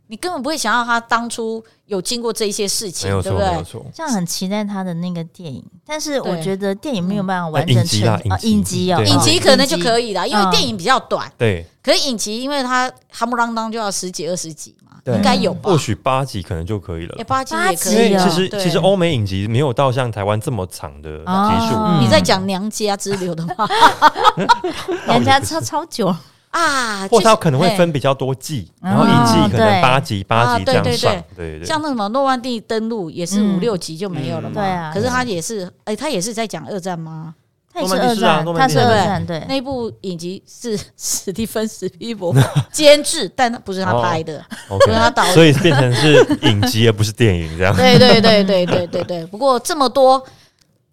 [SPEAKER 1] 你根本不会想到他当初有经过这一些事情
[SPEAKER 4] 没，有
[SPEAKER 1] 对不
[SPEAKER 4] 错，没有
[SPEAKER 1] 对？
[SPEAKER 4] 错。
[SPEAKER 3] 这样很期待他的那个电影，但是我
[SPEAKER 1] 对
[SPEAKER 3] 觉得电影没有办法完
[SPEAKER 4] 哎
[SPEAKER 3] 整
[SPEAKER 4] 影集
[SPEAKER 3] 成
[SPEAKER 4] 啦
[SPEAKER 3] 啊，
[SPEAKER 4] 影集
[SPEAKER 3] 影集哦，
[SPEAKER 4] 对
[SPEAKER 1] 影集可能就可
[SPEAKER 3] 以。
[SPEAKER 1] 以啦，因为电影比较短，
[SPEAKER 4] 对，
[SPEAKER 1] 可是影集因为它夯不啷当就要十几二十集嘛，
[SPEAKER 5] 对
[SPEAKER 1] 啊应该有吧
[SPEAKER 4] 或？许八集可能就可以了
[SPEAKER 1] 哎，。八集也可
[SPEAKER 3] 八
[SPEAKER 4] 因为
[SPEAKER 1] 以
[SPEAKER 3] 集
[SPEAKER 1] 啊。
[SPEAKER 3] 哦
[SPEAKER 4] 其实
[SPEAKER 1] 对
[SPEAKER 4] 其实欧美影集没有到像台湾这么长的集数，
[SPEAKER 3] 哦
[SPEAKER 1] 你在讲娘家之流的吗？
[SPEAKER 4] (laughs)
[SPEAKER 3] 人家超超久，
[SPEAKER 1] 啊，就
[SPEAKER 4] 或
[SPEAKER 1] 是
[SPEAKER 4] 它可能会
[SPEAKER 1] 哎
[SPEAKER 4] 分比较多季，
[SPEAKER 3] 嗯
[SPEAKER 4] 然后一季可能
[SPEAKER 3] 对
[SPEAKER 4] 八集八
[SPEAKER 1] 啊
[SPEAKER 4] 集这
[SPEAKER 1] 对
[SPEAKER 4] 样
[SPEAKER 1] 对
[SPEAKER 4] 上
[SPEAKER 1] 对，
[SPEAKER 4] 对对对
[SPEAKER 1] 像。那什么诺曼底登陆也是
[SPEAKER 3] 嗯
[SPEAKER 1] 五六集就没有了嘛，
[SPEAKER 3] 对啊
[SPEAKER 1] 可是他也是，哎、他也是在讲二战吗？
[SPEAKER 3] 他也
[SPEAKER 4] 诺
[SPEAKER 3] 是
[SPEAKER 4] 曼
[SPEAKER 3] 二
[SPEAKER 4] 底是啊
[SPEAKER 3] 战
[SPEAKER 4] 诺，曼
[SPEAKER 3] 他
[SPEAKER 4] 底
[SPEAKER 3] 是
[SPEAKER 1] 是
[SPEAKER 3] 二
[SPEAKER 1] 对
[SPEAKER 3] 战，对，
[SPEAKER 1] 那部影集是史蒂芬史皮博监制，但他不是他拍
[SPEAKER 4] 哦
[SPEAKER 1] 的，不是他
[SPEAKER 4] OK，
[SPEAKER 1] 导
[SPEAKER 4] 所
[SPEAKER 1] 演。
[SPEAKER 4] 以变成是影集而不是电影这 (laughs) 样。
[SPEAKER 1] 对对对对对对对。不过这么多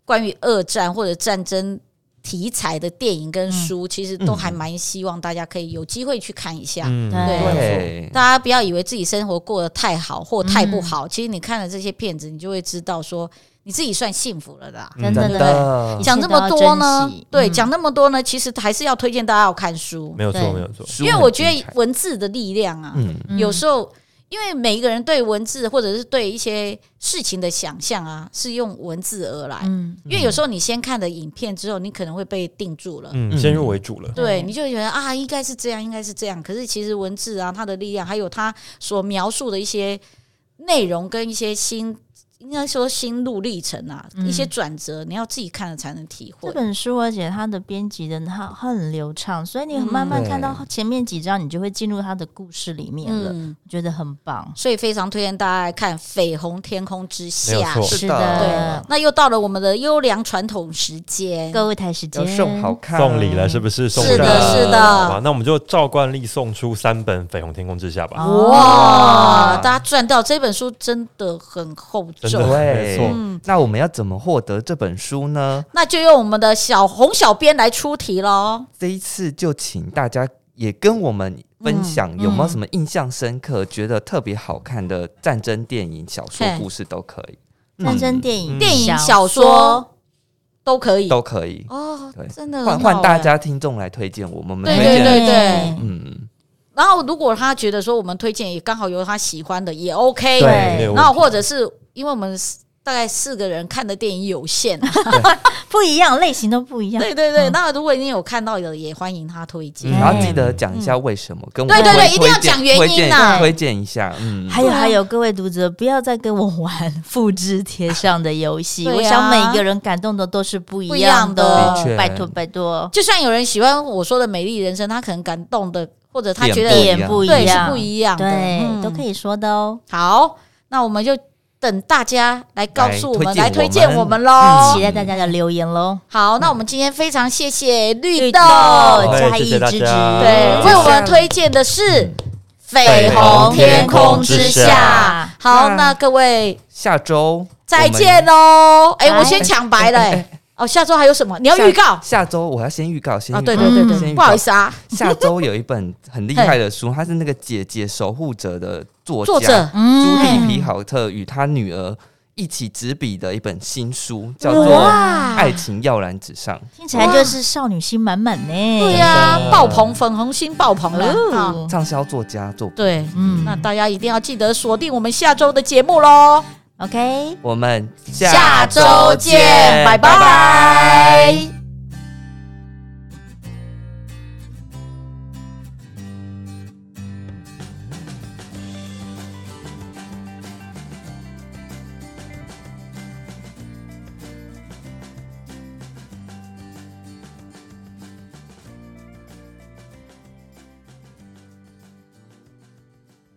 [SPEAKER 1] 关于二战或者战争题材的电影跟书，其实都还蛮希望大家可以有机会去看一下。
[SPEAKER 4] 嗯，
[SPEAKER 3] 对
[SPEAKER 5] 对，
[SPEAKER 1] 大家不要以为自己生活过得太好或太不好，其实你看了这些片子，你就会知道说你自己算幸福了啦。
[SPEAKER 3] 嗯真的
[SPEAKER 5] 真
[SPEAKER 3] 真的，
[SPEAKER 5] 的
[SPEAKER 3] 一切
[SPEAKER 1] 讲这么多呢
[SPEAKER 3] 都要珍惜，
[SPEAKER 1] 对，
[SPEAKER 3] 嗯
[SPEAKER 1] 讲那么多呢，其实还是要推荐大家要看书，
[SPEAKER 4] 没有错，
[SPEAKER 3] 对
[SPEAKER 4] 没有错。
[SPEAKER 1] 因为我觉得文字的力量啊，
[SPEAKER 5] 嗯，
[SPEAKER 3] 嗯
[SPEAKER 1] 有时候因为每一个人对文字或者是对一些事情的想象啊，是用文字而来。
[SPEAKER 3] 嗯，
[SPEAKER 1] 因为有时候你先看了影片之后，你可能会被定住了。
[SPEAKER 4] 嗯，
[SPEAKER 5] 嗯
[SPEAKER 4] 先入为主了。
[SPEAKER 1] 对，
[SPEAKER 3] 对
[SPEAKER 1] 你就会觉得啊，应该是这样，应该是这样。可是其实文字啊，它的力量，还有它所描述的一些内容跟一些心，应该说心路历程啊，
[SPEAKER 3] 嗯
[SPEAKER 1] 一些转折，你要自己看了才能体会
[SPEAKER 3] 这。本书，而且它的编辑的它它很流畅，所以你很慢慢
[SPEAKER 5] 嗯
[SPEAKER 3] 看到前面几章，你就会进入它的故事里面了，
[SPEAKER 1] 嗯，
[SPEAKER 3] 觉得很棒。
[SPEAKER 1] 所以非常推荐大家来看《绯红天空之下
[SPEAKER 4] 没有》。错
[SPEAKER 3] 是
[SPEAKER 5] 是
[SPEAKER 3] 的
[SPEAKER 5] 的，
[SPEAKER 1] 那又到了我们的优良传统时间，
[SPEAKER 3] 各位台时
[SPEAKER 5] 要
[SPEAKER 3] 间，
[SPEAKER 5] 送好看，
[SPEAKER 4] 送礼了，是不是？送
[SPEAKER 1] 是
[SPEAKER 4] 礼
[SPEAKER 1] 的，
[SPEAKER 4] 了
[SPEAKER 1] 是
[SPEAKER 4] 好吧
[SPEAKER 1] 的，，
[SPEAKER 4] 那我们就照惯例送出三本《绯红天空之下》
[SPEAKER 1] 哦
[SPEAKER 4] 吧。
[SPEAKER 1] 哇，大家赚到这本书真的很厚
[SPEAKER 4] 真的，
[SPEAKER 1] 重，
[SPEAKER 4] 没
[SPEAKER 5] 对
[SPEAKER 4] 错。
[SPEAKER 1] 嗯，
[SPEAKER 5] 那我们要怎么获得这本书呢？
[SPEAKER 1] 那就用我们的小红小编来出题喽。
[SPEAKER 5] 这一次就请大家也跟我们分享，有没有什么印象深刻、觉得特别好看的战争电影、小说
[SPEAKER 1] 嘿、
[SPEAKER 5] 故事都可以，
[SPEAKER 3] 战争电
[SPEAKER 4] 嗯
[SPEAKER 3] 影、
[SPEAKER 1] 电影、小说都可以
[SPEAKER 5] 都可以。
[SPEAKER 1] 哦
[SPEAKER 5] 对，
[SPEAKER 1] 真的很
[SPEAKER 5] 换
[SPEAKER 1] 好
[SPEAKER 5] 换大
[SPEAKER 1] 哎。
[SPEAKER 5] 家听众来推荐我们，我们
[SPEAKER 1] 对
[SPEAKER 5] 推
[SPEAKER 1] 对
[SPEAKER 5] 荐
[SPEAKER 1] 对对，
[SPEAKER 5] 嗯，
[SPEAKER 1] 然后如果他觉得说我们推荐也刚好有他喜欢的，也 OK。
[SPEAKER 5] 对
[SPEAKER 4] 没有
[SPEAKER 1] 然后
[SPEAKER 4] 问
[SPEAKER 1] 或者是因为我们大概四个人看的电影有限，啊
[SPEAKER 3] 不一样，类型都不一样。
[SPEAKER 1] 对对对，
[SPEAKER 3] 嗯
[SPEAKER 1] 那如果你有看到的，也欢迎他推荐。
[SPEAKER 5] 然后记得讲一下为什么，跟
[SPEAKER 1] 嗯
[SPEAKER 5] 我
[SPEAKER 1] 对对对
[SPEAKER 5] 推
[SPEAKER 1] 一定要
[SPEAKER 5] 推
[SPEAKER 1] 讲原因啊
[SPEAKER 5] 推荐
[SPEAKER 1] 呐
[SPEAKER 5] 推荐一下，嗯，
[SPEAKER 3] 还有
[SPEAKER 1] 对啊
[SPEAKER 3] 还有，各位读者，不要再跟我玩复制贴上的游戏。
[SPEAKER 1] 对啊
[SPEAKER 3] 我想每一个人感动的都是不一样
[SPEAKER 1] 不一样的的
[SPEAKER 5] 确
[SPEAKER 3] 拜托拜托，
[SPEAKER 1] 就算有人喜欢我说的美丽人生，他可能感动的，或者他觉
[SPEAKER 5] 不一
[SPEAKER 1] 得
[SPEAKER 5] 样
[SPEAKER 3] 点不一
[SPEAKER 1] 对是
[SPEAKER 3] 样，
[SPEAKER 1] 不一样的，
[SPEAKER 3] 对，都可
[SPEAKER 1] 以。
[SPEAKER 3] 以说的哦。
[SPEAKER 1] 好，那我们就等大家来告诉我们，来
[SPEAKER 5] 来
[SPEAKER 1] 推
[SPEAKER 5] 推
[SPEAKER 1] 荐
[SPEAKER 5] 荐
[SPEAKER 1] 我
[SPEAKER 5] 我
[SPEAKER 1] 们
[SPEAKER 5] 们
[SPEAKER 1] 喽
[SPEAKER 5] 嗯。
[SPEAKER 3] 期待大家的留言喽。
[SPEAKER 1] 好，那我们今天非常谢谢绿豆，
[SPEAKER 3] 豆
[SPEAKER 4] 对
[SPEAKER 3] 加
[SPEAKER 4] 谢
[SPEAKER 3] 以
[SPEAKER 4] 谢大
[SPEAKER 3] 支持，
[SPEAKER 4] 家
[SPEAKER 1] 嗯对，为我们推荐的是《绯红天空之下》。好，那各位
[SPEAKER 5] 下周
[SPEAKER 1] 再见
[SPEAKER 5] 了。
[SPEAKER 1] 喽！哎，
[SPEAKER 3] 拜
[SPEAKER 1] 我先抢白了，哎，哦，下周还有什么？你要预告
[SPEAKER 5] 下周我要先预告，先
[SPEAKER 1] 啊？
[SPEAKER 5] 预
[SPEAKER 1] 对
[SPEAKER 5] 告
[SPEAKER 1] 对对
[SPEAKER 5] 先
[SPEAKER 1] 对，
[SPEAKER 5] 预
[SPEAKER 1] 不
[SPEAKER 5] 告
[SPEAKER 1] 好意思啊，
[SPEAKER 5] 下周有一本很厉害的
[SPEAKER 1] (laughs)
[SPEAKER 5] 书，它是那个《姐姐守护者》的作家
[SPEAKER 1] 作者
[SPEAKER 5] 朱
[SPEAKER 3] 嗯，
[SPEAKER 5] 莉皮豪特与他女儿一起执笔的一本新书，叫做《
[SPEAKER 1] 哇，
[SPEAKER 5] 爱情耀然纸上》。
[SPEAKER 3] 听起来就是少女心满满呢。
[SPEAKER 1] 对哎
[SPEAKER 3] 对
[SPEAKER 1] 呀，爆棚，粉红心爆棚了啊！
[SPEAKER 5] 畅销作家作品，
[SPEAKER 1] 对，
[SPEAKER 3] 嗯
[SPEAKER 1] 那大家一定要记得锁定我们下周的节目喽，
[SPEAKER 3] ，OK。
[SPEAKER 5] 我们
[SPEAKER 1] 下周见，拜拜